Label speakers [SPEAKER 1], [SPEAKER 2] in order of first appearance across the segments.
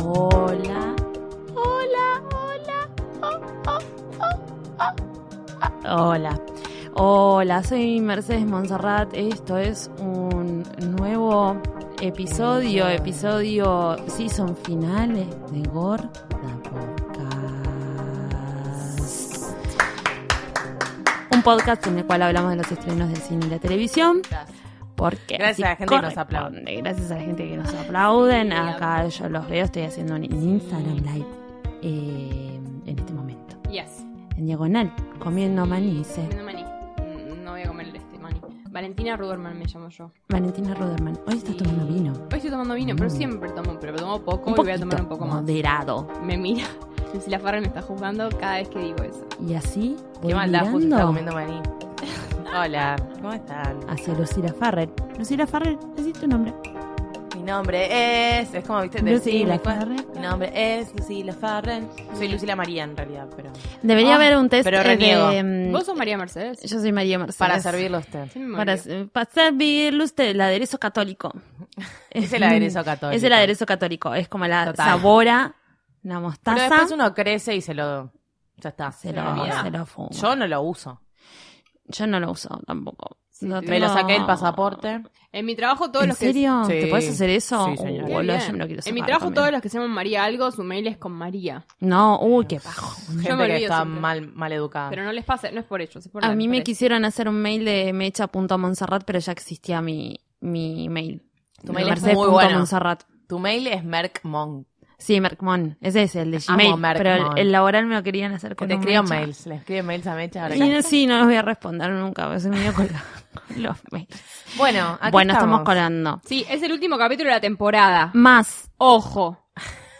[SPEAKER 1] Hola. Hola, hola. Oh, oh, oh, oh, ah, Hola. Hola, soy Mercedes Monserrat. Esto es un nuevo episodio, episodio season finale de Gorda Podcast. Un podcast en el cual hablamos de los estrenos del cine y la televisión. Porque
[SPEAKER 2] Gracias a la
[SPEAKER 1] así
[SPEAKER 2] gente que nos
[SPEAKER 1] corresponde. Gracias a la gente que nos aplauden. Acá yo los veo, estoy haciendo un Instagram Live eh, en este momento.
[SPEAKER 2] Yes.
[SPEAKER 1] En diagonal, comiendo manice.
[SPEAKER 2] No, maní. Mm, no voy a comer este maní. Valentina Ruderman me llamo yo.
[SPEAKER 1] Valentina Ruderman, hoy estás
[SPEAKER 2] Sí.
[SPEAKER 1] tomando vino.
[SPEAKER 2] Hoy estoy tomando vino, pero
[SPEAKER 1] Mm.
[SPEAKER 2] siempre tomo, pero tomo poco y voy a tomar un poco más.
[SPEAKER 1] Moderado.
[SPEAKER 2] Me mira. Lucila Farrell me está juzgando cada vez que digo eso.
[SPEAKER 1] Y así voy
[SPEAKER 3] Qué maldad, justo
[SPEAKER 1] mirando Ah.
[SPEAKER 3] está comiendo maní. Hola, ¿cómo están?
[SPEAKER 1] hacia Lucila Farrell. Lucila Farrell, decir tu nombre.
[SPEAKER 3] Mi nombre es. Es como viste,
[SPEAKER 1] Lucila
[SPEAKER 3] decime cuál-
[SPEAKER 1] Farrell.
[SPEAKER 3] Mi nombre es Lucila Farren. Soy Lucila María en realidad, pero.
[SPEAKER 1] Debería
[SPEAKER 3] Ah,
[SPEAKER 1] haber un test
[SPEAKER 3] pero
[SPEAKER 1] eh, de...
[SPEAKER 3] reniego.
[SPEAKER 1] mm,
[SPEAKER 2] ¿Vos sos María Mercedes?
[SPEAKER 1] Yo soy María Mercedes.
[SPEAKER 3] Para servirlo a usted.
[SPEAKER 2] Sí, me
[SPEAKER 1] Para,
[SPEAKER 2] morí.
[SPEAKER 1] para servirle usted el aderezo católico.
[SPEAKER 3] Es el aderezo católico.
[SPEAKER 1] Es el aderezo católico. Es como la
[SPEAKER 3] Total.
[SPEAKER 1] sabora, la
[SPEAKER 3] Pero
[SPEAKER 1] mostaza.
[SPEAKER 3] después uno crece y se lo. Ya está.
[SPEAKER 1] Se lo,
[SPEAKER 3] olvida.
[SPEAKER 1] se lo fuma.
[SPEAKER 3] Yo no lo uso.
[SPEAKER 1] Yo no lo uso tampoco. No
[SPEAKER 3] Me lo
[SPEAKER 1] tengo-
[SPEAKER 3] saqué el pasaporte.
[SPEAKER 2] En mi trabajo todos
[SPEAKER 1] ¿En
[SPEAKER 2] los que...
[SPEAKER 1] serio?
[SPEAKER 3] Sí.
[SPEAKER 1] ¿Te puedes hacer eso?
[SPEAKER 3] Sí, señora.
[SPEAKER 1] Uh,
[SPEAKER 2] Qué
[SPEAKER 1] boludo,
[SPEAKER 2] bien.
[SPEAKER 1] yo me lo quiero sacar
[SPEAKER 2] en mi trabajo
[SPEAKER 1] también.
[SPEAKER 2] todos los que se llaman María algo, su mail es con María.
[SPEAKER 1] No, uy, qué bajo.
[SPEAKER 3] Gente
[SPEAKER 2] me
[SPEAKER 3] que
[SPEAKER 2] olvido
[SPEAKER 3] está
[SPEAKER 2] siempre.
[SPEAKER 3] mal, mal educada.
[SPEAKER 2] Pero no les pasa, no es por ellos, es por
[SPEAKER 1] Ah. A
[SPEAKER 2] la-
[SPEAKER 1] mí me
[SPEAKER 2] por eso.
[SPEAKER 1] quisieron hacer un mail de mecha.monserrat, pero ya existía mi, mi mail.
[SPEAKER 3] Tu mail es
[SPEAKER 1] Mercedes
[SPEAKER 3] muy
[SPEAKER 1] punto
[SPEAKER 3] bueno.
[SPEAKER 1] Monserrat.
[SPEAKER 3] Tu mail es Merck Monk.
[SPEAKER 1] Sí, Mercmon. Ese es el de
[SPEAKER 3] Amo
[SPEAKER 1] Gmail.
[SPEAKER 3] Mercmon.
[SPEAKER 1] Pero el, el laboral me lo querían hacer
[SPEAKER 3] Que
[SPEAKER 1] con
[SPEAKER 3] te
[SPEAKER 1] un
[SPEAKER 3] escriban
[SPEAKER 1] mecha.
[SPEAKER 3] mails. Le escriben mails a Mecha ahora.
[SPEAKER 1] Y no, sí, no los voy a responder nunca, porque soy medio colgada con los mails.
[SPEAKER 3] Bueno, aquí
[SPEAKER 1] bueno, estamos,
[SPEAKER 3] estamos
[SPEAKER 1] colando.
[SPEAKER 2] Sí, es el último capítulo de la temporada.
[SPEAKER 1] Más,
[SPEAKER 2] Ojo.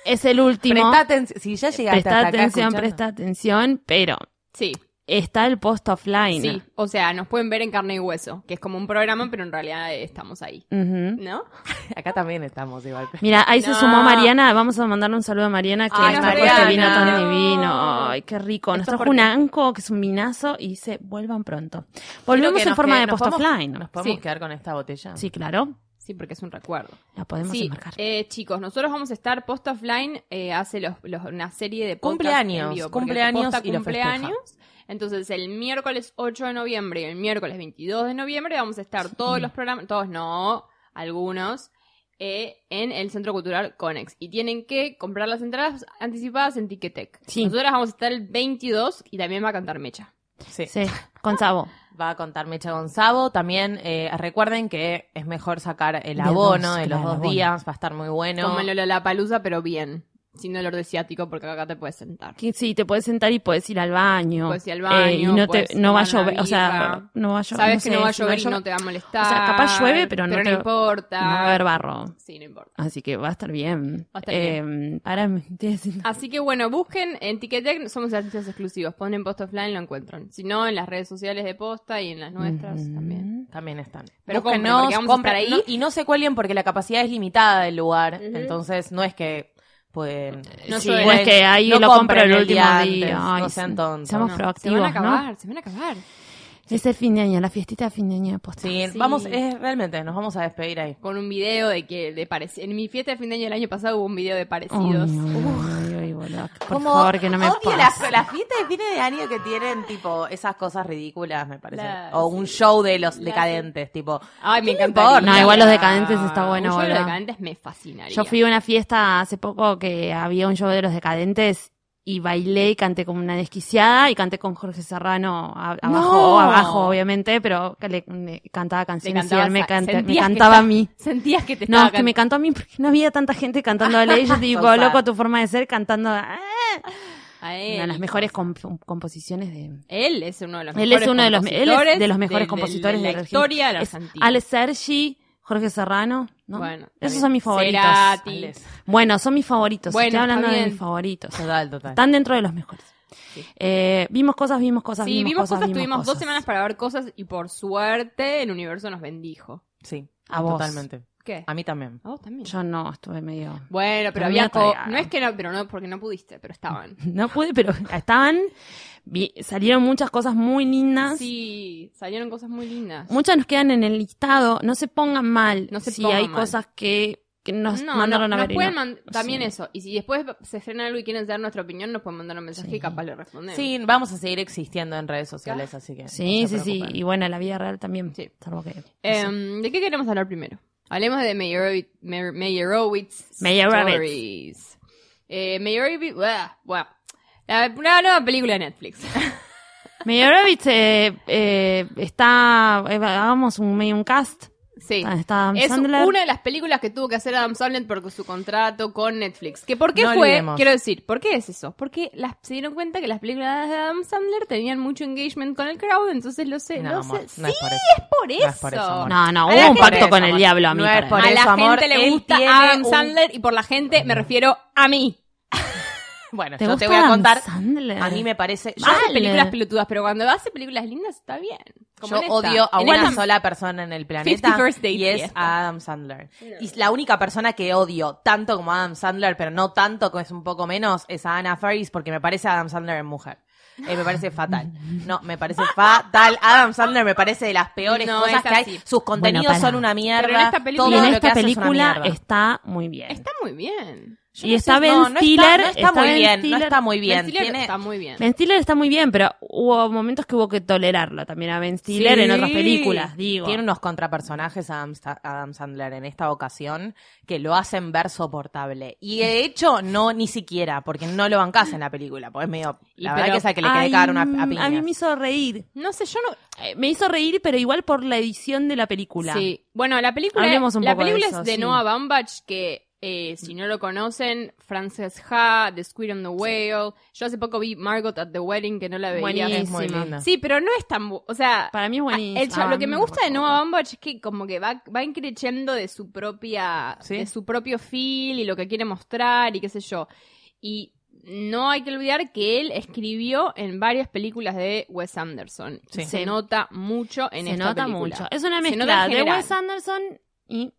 [SPEAKER 1] es el último.
[SPEAKER 3] Presta atención. Si ya llegaste
[SPEAKER 1] Presta
[SPEAKER 3] hasta acá
[SPEAKER 1] atención,
[SPEAKER 3] escuchando-
[SPEAKER 1] presta atención, pero
[SPEAKER 2] Sí.
[SPEAKER 1] está el post offline.
[SPEAKER 2] Sí, o sea, nos pueden ver en carne y hueso, que es como un programa, pero en realidad eh, estamos ahí,
[SPEAKER 1] Ujú.
[SPEAKER 2] ¿no?
[SPEAKER 3] Acá también estamos igual.
[SPEAKER 1] Mira, ahí se
[SPEAKER 2] No.
[SPEAKER 1] sumó Mariana. Vamos a mandarle un saludo a Mariana que
[SPEAKER 2] Ay,
[SPEAKER 1] nos
[SPEAKER 2] no,
[SPEAKER 1] trajo este vino
[SPEAKER 2] Mariana.
[SPEAKER 1] tan
[SPEAKER 2] No.
[SPEAKER 1] divino. Ay, qué rico. Nos
[SPEAKER 3] Esto
[SPEAKER 1] trajo
[SPEAKER 3] porque-
[SPEAKER 1] un anco, que es un minazo, y dice, vuelvan pronto. Volvemos
[SPEAKER 3] Creo que
[SPEAKER 1] en
[SPEAKER 3] nos
[SPEAKER 1] forma
[SPEAKER 3] qued-
[SPEAKER 1] de
[SPEAKER 3] nos
[SPEAKER 1] post
[SPEAKER 3] podemos-
[SPEAKER 1] offline.
[SPEAKER 3] ¿Nos podemos
[SPEAKER 2] Sí.
[SPEAKER 3] quedar con esta botella?
[SPEAKER 1] Sí, claro.
[SPEAKER 2] Sí, porque es un recuerdo.
[SPEAKER 1] La podemos
[SPEAKER 2] sí,
[SPEAKER 1] enmarcar.
[SPEAKER 2] eh, chicos, nosotros vamos a estar post offline, eh, hace los, los- una serie de podcasts
[SPEAKER 3] Cumpleaños,
[SPEAKER 2] en vivo, porque
[SPEAKER 3] cumpleaños
[SPEAKER 2] posta
[SPEAKER 3] y lo festeja.
[SPEAKER 2] cumpleaños. Entonces, el miércoles 8 de noviembre y el miércoles 22 de noviembre vamos a estar todos los programas, todos no, algunos, eh, en el Centro Cultural Conex. Y tienen que comprar las entradas anticipadas en Ticketek.
[SPEAKER 1] Sí.
[SPEAKER 2] Nosotras vamos a estar el 22 y también va a cantar Mecha.
[SPEAKER 3] Sí.
[SPEAKER 1] Sí, con Sabo.
[SPEAKER 3] Va a contar Mecha Gonzalo. También eh, recuerden que es mejor sacar el
[SPEAKER 1] De
[SPEAKER 3] abono
[SPEAKER 1] dos,
[SPEAKER 3] de
[SPEAKER 1] claro,
[SPEAKER 3] los dos
[SPEAKER 1] abono.
[SPEAKER 3] días. Va a estar muy bueno.
[SPEAKER 2] Como en la palusa, pero bien. Sin dolor de ciático, porque acá te puedes sentar.
[SPEAKER 1] Que sí, te puedes sentar y puedes ir al baño. Eh,
[SPEAKER 2] Puedes ir al baño,
[SPEAKER 1] y no, te,
[SPEAKER 2] puedes
[SPEAKER 1] no va a
[SPEAKER 2] tomar una
[SPEAKER 1] llover. O sea,
[SPEAKER 2] birra.
[SPEAKER 1] no va a llover.
[SPEAKER 2] Sabes que
[SPEAKER 1] sé,
[SPEAKER 2] no va a
[SPEAKER 1] si
[SPEAKER 2] llover y
[SPEAKER 1] llueve,
[SPEAKER 2] no te va a molestar.
[SPEAKER 1] O sea, capaz llueve, pero no te-
[SPEAKER 2] importa.
[SPEAKER 1] no va a haber barro.
[SPEAKER 2] Sí, no importa.
[SPEAKER 1] Así que va a estar bien.
[SPEAKER 2] Va a estar
[SPEAKER 1] bien. Para, me estoy haciendo-
[SPEAKER 2] Así que bueno, busquen en Ticketek, somos artistas exclusivos. Ponen Post Offline, lo encuentran. Si no, en las redes sociales de Posta y en las Ah, nuestras
[SPEAKER 1] Ujú.
[SPEAKER 2] también.
[SPEAKER 3] También están.
[SPEAKER 2] Pero
[SPEAKER 3] Búsquenos,
[SPEAKER 2] compren, porque vamos a
[SPEAKER 3] compren.
[SPEAKER 2] estar ahí.
[SPEAKER 3] No- y no se cuelguen porque la capacidad es limitada del lugar.
[SPEAKER 2] Ujú.
[SPEAKER 3] Entonces no es que pueden...
[SPEAKER 2] No
[SPEAKER 1] sí,
[SPEAKER 2] llueve.
[SPEAKER 1] no es que ahí
[SPEAKER 3] No
[SPEAKER 1] lo compro
[SPEAKER 3] compren
[SPEAKER 1] el
[SPEAKER 3] el
[SPEAKER 1] último
[SPEAKER 3] día
[SPEAKER 1] día.
[SPEAKER 3] antes,
[SPEAKER 1] Ay,
[SPEAKER 3] no sean
[SPEAKER 1] sí.
[SPEAKER 3] tontos.
[SPEAKER 1] Seamos
[SPEAKER 2] No, se
[SPEAKER 1] proactivos,
[SPEAKER 2] van a
[SPEAKER 1] ¿no?
[SPEAKER 2] acabar, se van a acabar.
[SPEAKER 1] Es el fin de año, la fiestita de fin de año de posta.
[SPEAKER 3] Sí,
[SPEAKER 2] Sí.
[SPEAKER 3] vamos, es, realmente nos vamos a despedir ahí.
[SPEAKER 2] Con un video de que de parec- En mi fiesta de fin de año del año pasado hubo un video de
[SPEAKER 1] Ay,
[SPEAKER 2] parecidos.
[SPEAKER 1] ay,
[SPEAKER 2] Uf.
[SPEAKER 1] ay, ay, boludo, Por
[SPEAKER 3] Como
[SPEAKER 1] favor, que no me
[SPEAKER 3] odio las,
[SPEAKER 1] pase.
[SPEAKER 3] las fiestas de fines de año que tienen, tipo, esas cosas ridículas, me parece.
[SPEAKER 2] La-
[SPEAKER 3] o un show de los
[SPEAKER 2] La-
[SPEAKER 3] decadentes, tipo.
[SPEAKER 2] Ay, me
[SPEAKER 3] ¿Qué le
[SPEAKER 2] encanta.
[SPEAKER 3] importa?
[SPEAKER 1] No, igual los decadentes está bueno,
[SPEAKER 2] Yo los
[SPEAKER 1] boluda.
[SPEAKER 2] decadentes me fascinaría.
[SPEAKER 1] Yo fui a una fiesta hace poco que había un show de los decadentes y bailé y canté como una desquiciada y canté con Jorge Serrano a- abajo,
[SPEAKER 2] No.
[SPEAKER 1] abajo obviamente, pero que le, me cantaba canciones y
[SPEAKER 2] cantabas
[SPEAKER 1] él me,
[SPEAKER 2] a-
[SPEAKER 1] canta- me
[SPEAKER 2] sentías que
[SPEAKER 1] cantaba a
[SPEAKER 2] estaba-
[SPEAKER 1] mí.
[SPEAKER 2] Sentías que te
[SPEAKER 1] No,
[SPEAKER 2] estaba
[SPEAKER 1] es que me cantó a mí porque no había tanta gente cantando a él. Yo digo,
[SPEAKER 3] Sos
[SPEAKER 1] loco,
[SPEAKER 3] sad.
[SPEAKER 1] tu forma de ser cantando. ah,
[SPEAKER 2] A él.
[SPEAKER 1] Una de las mejores comp- composiciones de,
[SPEAKER 2] Él es uno de los
[SPEAKER 1] Él
[SPEAKER 2] mejores
[SPEAKER 1] es uno de los, él es
[SPEAKER 2] compositores
[SPEAKER 1] de los mejores
[SPEAKER 2] de- de-
[SPEAKER 1] compositores de,
[SPEAKER 2] de la historia de la
[SPEAKER 1] Es
[SPEAKER 2] Argentina.
[SPEAKER 1] Ale Sergi, Jorge Serrano, ¿no?
[SPEAKER 2] Bueno,
[SPEAKER 1] Esos
[SPEAKER 2] también.
[SPEAKER 1] son mis favoritos.
[SPEAKER 2] Cerati.
[SPEAKER 3] Ales.
[SPEAKER 1] Bueno, son mis favoritos.
[SPEAKER 2] Bueno,
[SPEAKER 1] Estoy hablando
[SPEAKER 2] está
[SPEAKER 1] de
[SPEAKER 2] bien.
[SPEAKER 1] mis favoritos.
[SPEAKER 3] Total, total.
[SPEAKER 1] Están dentro de los mejores.
[SPEAKER 2] Sí.
[SPEAKER 1] Eh, vimos cosas, vimos cosas,
[SPEAKER 2] sí,
[SPEAKER 1] vimos,
[SPEAKER 2] vimos cosas,
[SPEAKER 1] vimos
[SPEAKER 2] tuvimos dos
[SPEAKER 1] cosas.
[SPEAKER 2] semanas para ver cosas y por suerte el universo nos bendijo.
[SPEAKER 3] Sí,
[SPEAKER 1] A vos.
[SPEAKER 3] totalmente.
[SPEAKER 2] ¿Qué?
[SPEAKER 3] A mí también.
[SPEAKER 2] A vos también.
[SPEAKER 1] Yo no, estuve medio...
[SPEAKER 2] Bueno, pero
[SPEAKER 1] A mí me
[SPEAKER 2] había... co-
[SPEAKER 1] cagaron.
[SPEAKER 2] No es que no, pero no, porque no pudiste, pero estaban.
[SPEAKER 1] No pude, pero estaban... vi- salieron muchas cosas muy lindas.
[SPEAKER 2] Sí, salieron cosas muy lindas.
[SPEAKER 1] Muchas nos quedan en el listado. No se pongan mal
[SPEAKER 2] No se
[SPEAKER 1] si
[SPEAKER 2] pongan
[SPEAKER 1] hay
[SPEAKER 2] mal.
[SPEAKER 1] cosas que, que nos
[SPEAKER 2] no,
[SPEAKER 1] mandaron
[SPEAKER 2] no,
[SPEAKER 1] a
[SPEAKER 2] nos
[SPEAKER 1] ver. y
[SPEAKER 2] pueden
[SPEAKER 1] no.
[SPEAKER 2] man- también
[SPEAKER 1] Sí.
[SPEAKER 2] eso. Y si después se estrena algo y quieren dar nuestra opinión, nos pueden mandar un mensaje
[SPEAKER 1] Sí.
[SPEAKER 2] y capaz le respondemos.
[SPEAKER 3] Sí, vamos a seguir existiendo en redes sociales, así que. no
[SPEAKER 1] Sí,
[SPEAKER 3] se
[SPEAKER 1] sí, sí.
[SPEAKER 3] preocupen.
[SPEAKER 1] Y bueno, en la vida real también.
[SPEAKER 2] Sí.
[SPEAKER 1] Salvo que... no sé.
[SPEAKER 2] Em, ¿De qué queremos hablar primero? Hablemos de Meyerowitz, Mer- Meyerowitz
[SPEAKER 1] Meyerowitz.
[SPEAKER 2] Stories. Eh, Meyerowitz... buah, buah. La, una nueva película de Netflix.
[SPEAKER 1] Meyerowitz eh, eh, está... eh, hagamos un, medio un cast.
[SPEAKER 2] sí.
[SPEAKER 3] Ah,
[SPEAKER 1] Está, está Adam
[SPEAKER 2] Es
[SPEAKER 1] Sandler.
[SPEAKER 2] una de las películas que tuvo que hacer Adam Sandler por su contrato con Netflix. Que por qué
[SPEAKER 3] No
[SPEAKER 2] fue,
[SPEAKER 3] olvidemos.
[SPEAKER 2] quiero decir, ¿por qué es eso? Porque las, se dieron cuenta que las películas de Adam Sandler tenían mucho engagement con el crowd, entonces lo sé,
[SPEAKER 3] No,
[SPEAKER 2] lo
[SPEAKER 3] amor,
[SPEAKER 2] sé.
[SPEAKER 3] no
[SPEAKER 2] sí,
[SPEAKER 3] es por eso.
[SPEAKER 2] es por eso.
[SPEAKER 3] No es por eso, amor.
[SPEAKER 1] No, no,
[SPEAKER 2] A la
[SPEAKER 1] hubo un
[SPEAKER 2] gente-
[SPEAKER 1] pacto con
[SPEAKER 3] amor.
[SPEAKER 1] el diablo a mí.
[SPEAKER 3] No es
[SPEAKER 1] para
[SPEAKER 3] por
[SPEAKER 1] eso.
[SPEAKER 2] a la
[SPEAKER 3] eso, amor,
[SPEAKER 2] gente le
[SPEAKER 3] él
[SPEAKER 2] gusta
[SPEAKER 3] tiene
[SPEAKER 2] Adam
[SPEAKER 3] un-
[SPEAKER 2] Sandler y por la gente me refiero a mí.
[SPEAKER 3] Bueno,
[SPEAKER 1] ¿Te
[SPEAKER 3] yo
[SPEAKER 1] gusta
[SPEAKER 3] te voy a
[SPEAKER 1] Adam
[SPEAKER 3] contar.
[SPEAKER 1] Sandler?
[SPEAKER 3] A mí me parece.
[SPEAKER 2] Yo
[SPEAKER 3] Yo,
[SPEAKER 2] hace
[SPEAKER 1] Vale.
[SPEAKER 2] películas pelotudas, pero cuando hace películas lindas está bien. Como
[SPEAKER 3] yo
[SPEAKER 2] en esta.
[SPEAKER 3] odio a
[SPEAKER 2] En
[SPEAKER 3] una
[SPEAKER 2] esta-
[SPEAKER 3] sola persona en el planeta.
[SPEAKER 2] 50 First Dates
[SPEAKER 3] Y
[SPEAKER 2] y
[SPEAKER 3] es
[SPEAKER 2] esta.
[SPEAKER 3] a Adam Sandler. Y la única persona que odio tanto como a Adam Sandler, pero no tanto, que es un poco menos, es a Anna Faris, porque me parece a Adam Sandler en mujer. Eh, me parece fatal. No, me parece fatal. Adam Sandler me parece de las peores
[SPEAKER 2] No,
[SPEAKER 3] cosas
[SPEAKER 2] es
[SPEAKER 3] que hay.
[SPEAKER 2] así.
[SPEAKER 3] Sus contenidos
[SPEAKER 1] Bueno, para.
[SPEAKER 3] son una mierda.
[SPEAKER 2] Pero en esta película-
[SPEAKER 3] todo
[SPEAKER 1] y en
[SPEAKER 3] lo que
[SPEAKER 1] esta
[SPEAKER 3] hace es una
[SPEAKER 1] película
[SPEAKER 3] mierda.
[SPEAKER 1] está muy bien.
[SPEAKER 2] Está muy bien.
[SPEAKER 3] Yo
[SPEAKER 1] y
[SPEAKER 3] no
[SPEAKER 1] está
[SPEAKER 3] sé-
[SPEAKER 1] Ben
[SPEAKER 3] no, no
[SPEAKER 1] Stiller,
[SPEAKER 3] No está,
[SPEAKER 1] está
[SPEAKER 3] muy
[SPEAKER 1] Ben
[SPEAKER 3] bien,
[SPEAKER 1] Stiller.
[SPEAKER 3] no está muy bien.
[SPEAKER 2] Ben Stiller
[SPEAKER 3] Tiene-
[SPEAKER 2] está muy bien.
[SPEAKER 1] Ben Stiller está muy bien, pero hubo momentos que hubo que tolerarlo también a Ben Stiller
[SPEAKER 3] Sí.
[SPEAKER 1] en otras películas, digo.
[SPEAKER 3] Tiene unos contrapersonajes a Adam, Sta- Adam Sandler en esta ocasión que lo hacen ver soportable. Y de hecho, no ni siquiera, porque no lo bancas en la película. Pues medio.
[SPEAKER 2] Y
[SPEAKER 3] La
[SPEAKER 2] pero-
[SPEAKER 3] verdad que es el que le quede
[SPEAKER 1] Ay,
[SPEAKER 3] cagar una a
[SPEAKER 1] mm,
[SPEAKER 3] piñas.
[SPEAKER 1] mí me hizo reír.
[SPEAKER 2] No sé, yo no.
[SPEAKER 1] Eh, Me hizo reír, pero igual por la edición de la película.
[SPEAKER 2] Sí. Bueno, la película,
[SPEAKER 1] Hablemos un
[SPEAKER 2] la
[SPEAKER 1] poco de
[SPEAKER 2] película
[SPEAKER 1] eso,
[SPEAKER 2] es de
[SPEAKER 1] sí.
[SPEAKER 2] Noah Bambach, que eh, si no lo conocen, Frances Ha, The Squid and the Whale. Yo hace poco vi Margot at the Wedding, que no la veía.
[SPEAKER 1] Buenísima.
[SPEAKER 3] Es muy linda.
[SPEAKER 2] Sí, pero no es tan. bu- O sea,
[SPEAKER 1] Para mí es buenísimo.
[SPEAKER 2] El cha-
[SPEAKER 1] Ah,
[SPEAKER 2] lo que me
[SPEAKER 1] no
[SPEAKER 2] gusta de
[SPEAKER 1] acuerdo.
[SPEAKER 2] Noah Baumbach es que como que va, va increciendo de su propia,
[SPEAKER 3] Sí.
[SPEAKER 2] de su propio feel y lo que quiere mostrar y qué sé yo. Y no hay que olvidar que él escribió en varias películas de Wes Anderson.
[SPEAKER 3] Sí.
[SPEAKER 2] Se
[SPEAKER 1] Sí.
[SPEAKER 2] nota mucho en
[SPEAKER 1] Se
[SPEAKER 2] esta
[SPEAKER 1] nota
[SPEAKER 2] película.
[SPEAKER 1] mucho. Es una
[SPEAKER 2] Se
[SPEAKER 1] mezcla
[SPEAKER 2] nota en
[SPEAKER 1] de
[SPEAKER 2] general.
[SPEAKER 1] Wes Anderson y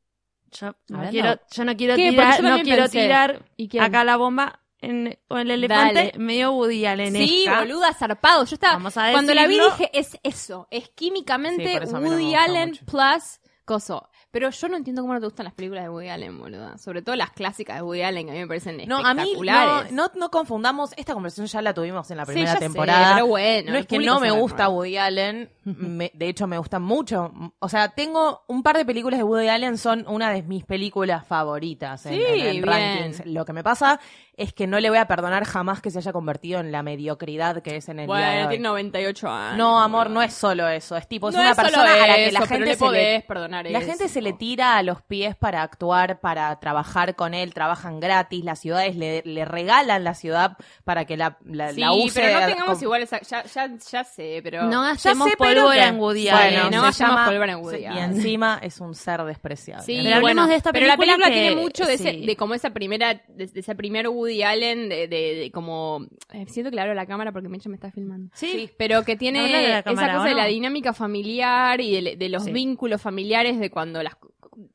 [SPEAKER 1] yo no
[SPEAKER 3] Hablando-
[SPEAKER 1] quiero, yo no quiero
[SPEAKER 2] ¿Qué? Porque
[SPEAKER 1] tirar,
[SPEAKER 2] yo
[SPEAKER 1] no
[SPEAKER 2] también
[SPEAKER 1] quiero
[SPEAKER 2] pensé.
[SPEAKER 1] tirar
[SPEAKER 2] ¿Y quién?
[SPEAKER 1] acá la bomba en, con el elefante medio Woody Allen.
[SPEAKER 2] Sí, boluda, zarpado. Yo estaba,
[SPEAKER 1] Vamos a
[SPEAKER 2] cuando la vi
[SPEAKER 1] decirlo.
[SPEAKER 2] dije, es eso, es
[SPEAKER 3] Sí,
[SPEAKER 2] químicamente
[SPEAKER 3] por eso a mí no me
[SPEAKER 2] Woody
[SPEAKER 3] gusta
[SPEAKER 2] Allen
[SPEAKER 3] mucho.
[SPEAKER 2] plus coso. Pero yo no entiendo cómo no te gustan las películas de Woody Allen, boluda. Sobre todo las clásicas de Woody Allen, que a mí me parecen
[SPEAKER 3] No, a mí no,
[SPEAKER 2] espectaculares.
[SPEAKER 3] no, no confundamos, esta conversación ya la tuvimos en la
[SPEAKER 2] Sí,
[SPEAKER 3] primera
[SPEAKER 2] ya sé,
[SPEAKER 3] temporada.
[SPEAKER 2] pero bueno,
[SPEAKER 3] no
[SPEAKER 2] el
[SPEAKER 3] es que
[SPEAKER 2] público
[SPEAKER 3] no
[SPEAKER 2] se
[SPEAKER 3] me
[SPEAKER 2] va a
[SPEAKER 3] gusta
[SPEAKER 2] armar.
[SPEAKER 3] Woody Allen, me- de hecho me gustan mucho. O sea, tengo un par de películas de Woody Allen, son una de mis películas favoritas en,
[SPEAKER 2] Sí,
[SPEAKER 3] en- en
[SPEAKER 2] bien.
[SPEAKER 3] rankings. Lo que me pasa es que no le voy a perdonar jamás que se haya convertido en la mediocridad que es en el día de
[SPEAKER 2] Bueno,
[SPEAKER 3] hoy.
[SPEAKER 2] tiene 98 años.
[SPEAKER 3] No, amor,
[SPEAKER 2] boluda.
[SPEAKER 3] no es solo eso. Es tipo, es
[SPEAKER 2] No
[SPEAKER 3] una
[SPEAKER 2] es solo
[SPEAKER 3] persona a la que la
[SPEAKER 2] eso, pero
[SPEAKER 3] gente
[SPEAKER 2] le
[SPEAKER 3] se le,
[SPEAKER 2] podés perdonar
[SPEAKER 3] la
[SPEAKER 2] eso.
[SPEAKER 3] gente se le tira a los pies para actuar, para trabajar con él, trabajan gratis, las ciudades le, le regalan la ciudad para que la, la,
[SPEAKER 2] Sí,
[SPEAKER 3] la use.
[SPEAKER 2] pero no
[SPEAKER 3] a-
[SPEAKER 2] tengamos
[SPEAKER 3] con-
[SPEAKER 2] igual esa... Ya, ya, ya sé, pero...
[SPEAKER 1] No
[SPEAKER 3] Ya
[SPEAKER 1] gastemos
[SPEAKER 3] sé, pero
[SPEAKER 1] pólvora
[SPEAKER 3] que-
[SPEAKER 1] en Woody
[SPEAKER 2] Bueno,
[SPEAKER 1] Allen.
[SPEAKER 2] no
[SPEAKER 3] se
[SPEAKER 2] gastemos
[SPEAKER 3] llama-
[SPEAKER 2] pólvora en Woody
[SPEAKER 3] se- Y
[SPEAKER 2] Allen.
[SPEAKER 3] encima es un ser despreciable.
[SPEAKER 2] Sí,
[SPEAKER 1] Pero hablemos de esta
[SPEAKER 2] pero la
[SPEAKER 1] película
[SPEAKER 2] película
[SPEAKER 1] que-
[SPEAKER 2] tiene mucho de, ese-
[SPEAKER 1] sí.
[SPEAKER 2] de como esa primera, de, de ese primer Woody Allen, de, de- de como... eh, Siento que le abro la cámara porque Mecha me está filmando.
[SPEAKER 1] Sí.
[SPEAKER 2] Pero que
[SPEAKER 1] No,
[SPEAKER 2] tiene
[SPEAKER 1] háblale a la
[SPEAKER 2] esa
[SPEAKER 1] cámara,
[SPEAKER 2] cosa
[SPEAKER 1] ¿o
[SPEAKER 2] de la
[SPEAKER 1] no?
[SPEAKER 2] dinámica familiar y de, de los
[SPEAKER 1] Sí.
[SPEAKER 2] vínculos familiares de cuando las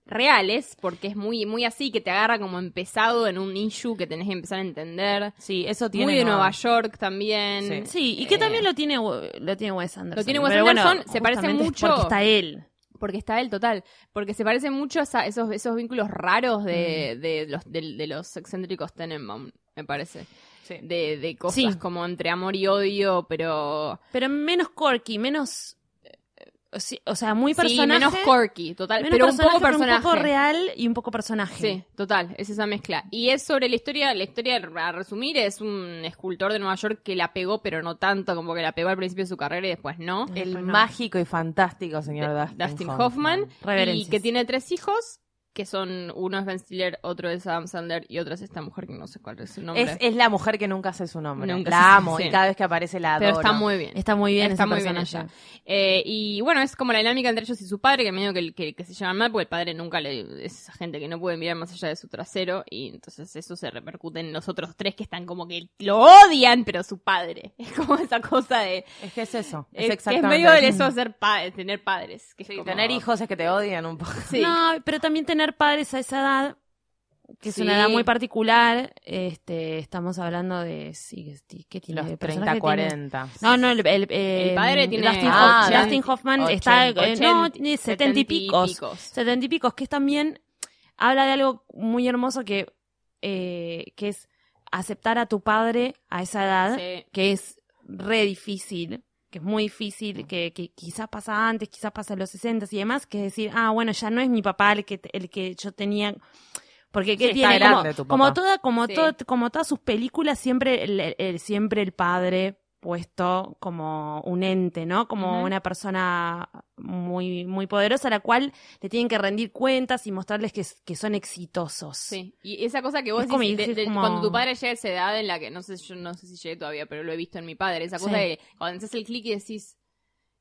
[SPEAKER 2] reales, porque es muy, muy así, que te agarra como empezado en un issue que tenés que empezar a entender.
[SPEAKER 3] Sí, eso tiene.
[SPEAKER 2] Muy de
[SPEAKER 3] nueva-
[SPEAKER 2] Nueva York también.
[SPEAKER 3] Sí.
[SPEAKER 1] Sí, y que también lo tiene, Eh. lo tiene Wes Anderson.
[SPEAKER 2] Lo tiene Wes
[SPEAKER 1] Pero bueno,
[SPEAKER 2] Anderson, se parece
[SPEAKER 1] justamente es
[SPEAKER 2] mucho-
[SPEAKER 1] Porque está él.
[SPEAKER 2] Porque está él total. Porque se parecen mucho a esa- esos, esos vínculos raros
[SPEAKER 1] Mm.
[SPEAKER 2] de, de los, de, de los excéntricos Tenenbaum, me parece.
[SPEAKER 3] Sí.
[SPEAKER 2] De, de cosas
[SPEAKER 1] Sí.
[SPEAKER 2] como entre amor y odio, pero...
[SPEAKER 1] Pero menos quirky, menos. eh, o si- O sea, muy
[SPEAKER 2] Sí,
[SPEAKER 1] personaje.
[SPEAKER 2] menos quirky, total.
[SPEAKER 1] menos
[SPEAKER 2] pero un poco
[SPEAKER 1] pero
[SPEAKER 2] personaje.
[SPEAKER 1] Un poco real y un poco personaje.
[SPEAKER 2] Sí, total, es esa mezcla. Y es sobre la historia, la historia a resumir, es un escultor de Nueva York que la pegó, pero no tanto, como que la pegó al principio de su carrera y después no.
[SPEAKER 3] El
[SPEAKER 1] Bueno.
[SPEAKER 3] mágico y fantástico señor Dustin,
[SPEAKER 2] Dustin Hoffman,
[SPEAKER 1] Reverencias.
[SPEAKER 2] y que tiene tres hijos que son uno es Ben Stiller, otro es Adam Sandler y otra es esta mujer que no sé cuál es su nombre.
[SPEAKER 3] Es, es la mujer que nunca hace su nombre.
[SPEAKER 2] Nunca sé
[SPEAKER 3] la
[SPEAKER 2] su-
[SPEAKER 3] amo
[SPEAKER 2] sí.
[SPEAKER 3] y cada vez que aparece la adoro.
[SPEAKER 2] pero está muy bien.
[SPEAKER 1] Está muy bien
[SPEAKER 2] Está
[SPEAKER 1] esa
[SPEAKER 2] muy bien
[SPEAKER 1] persona
[SPEAKER 2] ella. Eh, y bueno, es como la dinámica entre ellos y su padre, que medio que, que, que se llevan mal, porque el padre nunca le, es esa gente que no puede mirar más allá de su trasero, y entonces eso se repercute en los otros tres que están como que lo odian, pero su padre. Es como esa cosa de...
[SPEAKER 3] Es que es eso.
[SPEAKER 2] Es, que
[SPEAKER 3] Es,
[SPEAKER 2] es
[SPEAKER 3] exactamente
[SPEAKER 2] medio de
[SPEAKER 3] eso.
[SPEAKER 2] eso ser pa- tener padres. Que es
[SPEAKER 3] Sí,
[SPEAKER 2] como-
[SPEAKER 3] tener hijos es que te odian un poco.
[SPEAKER 2] Sí.
[SPEAKER 1] No, pero también tener padres a esa edad, que es
[SPEAKER 2] Sí.
[SPEAKER 1] una edad muy particular, este, estamos hablando de, sí, que sí, ¿qué tiene?
[SPEAKER 3] Los
[SPEAKER 1] Persona
[SPEAKER 3] 30,
[SPEAKER 1] que tiene-
[SPEAKER 3] 40.
[SPEAKER 1] No, no, el, el, eh,
[SPEAKER 2] El padre tiene-
[SPEAKER 1] Dustin,
[SPEAKER 3] Ah,
[SPEAKER 1] Hoff-
[SPEAKER 3] ochenta-
[SPEAKER 1] Dustin Hoffman está,
[SPEAKER 3] ochenta-
[SPEAKER 1] eh, no, tiene 70 y picos. 70 y picos, que es también, habla de algo muy hermoso que, eh, que es aceptar a tu padre a esa edad,
[SPEAKER 2] Sí.
[SPEAKER 1] que es re difícil, que es muy difícil, que, que quizás pasa antes, quizás pasa en los 60 y demás, que es decir, ah, bueno, ya no es mi papá el que, el que yo tenía... Porque ¿qué
[SPEAKER 2] Sí, está
[SPEAKER 1] tiene como,
[SPEAKER 3] grande tu papá.
[SPEAKER 1] como toda, como
[SPEAKER 2] Sí.
[SPEAKER 1] todo- como todas sus películas, siempre el, el- el- siempre el padre puesto como un ente, ¿no? Como
[SPEAKER 2] Ujú.
[SPEAKER 1] una persona muy, muy poderosa, a la cual le tienen que rendir cuentas y mostrarles que, s- que son exitosos.
[SPEAKER 2] Sí, y esa cosa que vos
[SPEAKER 1] Es como
[SPEAKER 2] decís, de-
[SPEAKER 1] decir
[SPEAKER 2] de-
[SPEAKER 1] como-
[SPEAKER 2] cuando tu padre llega a esa edad en la que, no sé, yo no sé si llegué todavía, pero lo he visto en mi padre, esa cosa
[SPEAKER 1] Sí.
[SPEAKER 2] de cuando haces el clic y decís,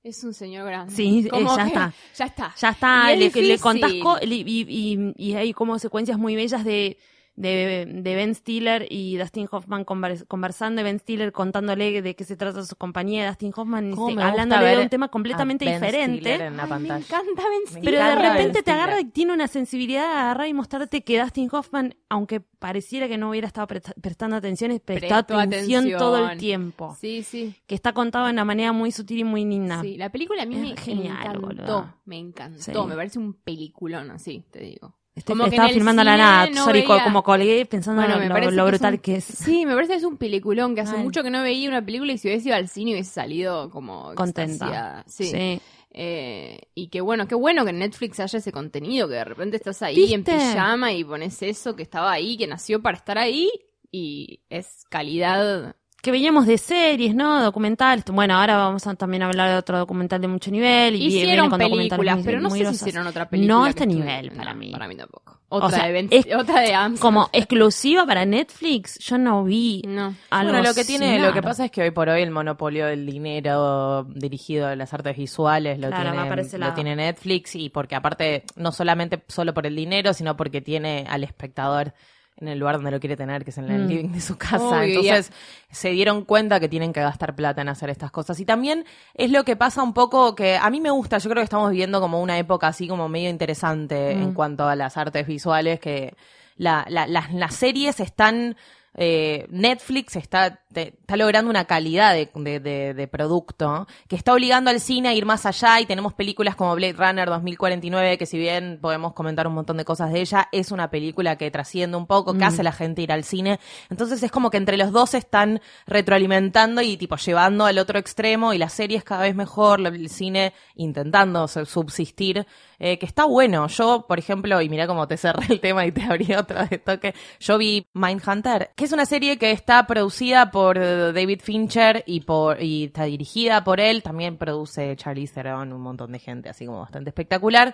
[SPEAKER 2] es un señor grande.
[SPEAKER 1] Sí, eh,
[SPEAKER 2] Como
[SPEAKER 1] ya
[SPEAKER 2] que-
[SPEAKER 1] está.
[SPEAKER 2] Ya está.
[SPEAKER 1] Ya está,
[SPEAKER 2] Y
[SPEAKER 1] le,
[SPEAKER 2] es
[SPEAKER 1] le
[SPEAKER 2] difícil.
[SPEAKER 1] contás co- y, y- y- y hay como secuencias muy bellas de, de, de Ben Stiller y Dustin Hoffman convers- conversando, y Ben Stiller contándole de qué se trata su compañía, Dustin Hoffman
[SPEAKER 3] Cómo me gusta
[SPEAKER 1] hablando de
[SPEAKER 3] ver
[SPEAKER 1] un tema completamente
[SPEAKER 3] a Ah, Ben
[SPEAKER 1] diferente.
[SPEAKER 3] Stiller en la
[SPEAKER 2] Ay, me
[SPEAKER 3] pantalla.
[SPEAKER 2] encanta Ben Stiller.
[SPEAKER 1] Pero de
[SPEAKER 3] encanta Ben
[SPEAKER 1] repente te
[SPEAKER 3] Stiller.
[SPEAKER 1] agarra y tiene una sensibilidad de agarrar y mostrarte que Dustin Hoffman, aunque pareciera que no hubiera estado presta- prestando atención, es- prestó
[SPEAKER 2] Prestó
[SPEAKER 1] atención, todo el
[SPEAKER 2] atención.
[SPEAKER 1] tiempo.
[SPEAKER 2] Sí, sí,
[SPEAKER 1] Que está contado de una manera muy sutil y muy linda.
[SPEAKER 2] sí. La película a mí
[SPEAKER 1] Es
[SPEAKER 2] me
[SPEAKER 1] genial,
[SPEAKER 2] encantó.
[SPEAKER 1] boluda.
[SPEAKER 2] Me encantó.
[SPEAKER 1] Sí.
[SPEAKER 2] Me parece un peliculón así, te digo.
[SPEAKER 1] Estoy-
[SPEAKER 2] Como que
[SPEAKER 1] estaba
[SPEAKER 2] en el
[SPEAKER 1] filmando la
[SPEAKER 2] cine
[SPEAKER 1] nada,
[SPEAKER 2] no
[SPEAKER 1] sorry, co-
[SPEAKER 2] veía-
[SPEAKER 1] como colgué pensando
[SPEAKER 2] Bueno, me
[SPEAKER 1] en lo,
[SPEAKER 2] parece
[SPEAKER 1] lo
[SPEAKER 2] que es
[SPEAKER 1] brutal
[SPEAKER 2] un-
[SPEAKER 1] que es.
[SPEAKER 2] Sí, me parece que es un peliculón que hace
[SPEAKER 1] Mal.
[SPEAKER 2] mucho que no veía una película y si hubiese ido al cine hubiese salido como
[SPEAKER 1] Contenta.
[SPEAKER 2] extasiada. Sí.
[SPEAKER 1] Sí.
[SPEAKER 2] Eh, y qué bueno, qué bueno que en Netflix haya ese contenido, que de repente estás ahí en
[SPEAKER 1] ¿Viste?
[SPEAKER 2] pijama y pones eso que estaba ahí, que nació para estar ahí y es calidad.
[SPEAKER 1] Que veníamos de series, ¿no? Documentales. Bueno, ahora vamos a también hablar de otro documental de mucho nivel. Y viene
[SPEAKER 2] hicieron
[SPEAKER 1] con documentales
[SPEAKER 2] películas,
[SPEAKER 1] muy-
[SPEAKER 2] pero no
[SPEAKER 1] muy
[SPEAKER 2] sé
[SPEAKER 1] grosos.
[SPEAKER 2] si hicieron otra película.
[SPEAKER 1] No a
[SPEAKER 2] que
[SPEAKER 1] este
[SPEAKER 2] estuviera-
[SPEAKER 1] nivel, para
[SPEAKER 2] no,
[SPEAKER 1] mí.
[SPEAKER 2] Para mí tampoco. Otra
[SPEAKER 1] sea,
[SPEAKER 2] de Ben-
[SPEAKER 1] es-
[SPEAKER 2] otra de Amsterdam.
[SPEAKER 1] Como exclusiva para Netflix, yo no vi
[SPEAKER 2] No.
[SPEAKER 1] algo
[SPEAKER 3] Bueno, lo que tiene,
[SPEAKER 1] similar.
[SPEAKER 3] lo que pasa es que hoy por hoy el monopolio del dinero dirigido a las artes visuales lo,
[SPEAKER 1] Claro, va
[SPEAKER 3] tiene,
[SPEAKER 1] para ese
[SPEAKER 3] lo
[SPEAKER 1] lado.
[SPEAKER 3] tiene Netflix y porque aparte no solamente solo por el dinero, sino porque tiene al espectador en el lugar donde lo quiere tener, que es en el
[SPEAKER 1] Mm.
[SPEAKER 3] living de su casa.
[SPEAKER 2] Obvio,
[SPEAKER 3] Entonces se dieron cuenta que tienen que gastar plata en hacer estas cosas. Y también es lo que pasa un poco que a mí me gusta, yo creo que estamos viviendo como una época así como medio interesante en
[SPEAKER 1] Mm.
[SPEAKER 3] cuanto a las artes visuales, que la- la- las, las series están... eh, Netflix está, te- está logrando una calidad de, de- de- de producto que está obligando al cine a ir más allá y tenemos películas como Blade Runner 2049 que si bien podemos comentar un montón de cosas de ella, es una película que trasciende un poco, que
[SPEAKER 1] Mm.
[SPEAKER 3] hace a la gente ir al cine. Entonces es como que entre los dos se están retroalimentando y tipo llevando al otro extremo y la serie es cada vez mejor, lo- el cine intentando su- subsistir, eh, que está bueno. Yo, por ejemplo, y mira cómo te cerré el tema y te abrí otro de toque, yo vi Mindhunter, que es una serie que está producida por eh, David Fincher y, por, y está dirigida por él, también produce Charlie Theron, un montón de gente, así como bastante espectacular,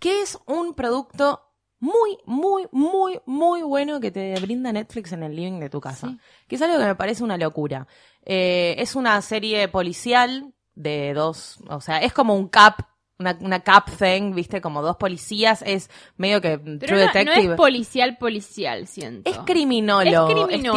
[SPEAKER 3] que es un producto muy, muy, muy, muy bueno que te brinda Netflix en el living de tu casa. Que es algo que me parece una locura. Eh, es una serie policial de dos, o sea, es como un cap, una, una cap thing, viste, como dos policías, es medio que
[SPEAKER 2] Pero
[SPEAKER 3] mm, True
[SPEAKER 2] no, no
[SPEAKER 3] Detective.
[SPEAKER 2] es policial, policial, siento.
[SPEAKER 3] es, criminólogo.
[SPEAKER 2] Es
[SPEAKER 3] Es
[SPEAKER 2] criminólogo.
[SPEAKER 3] tipo- es
[SPEAKER 2] y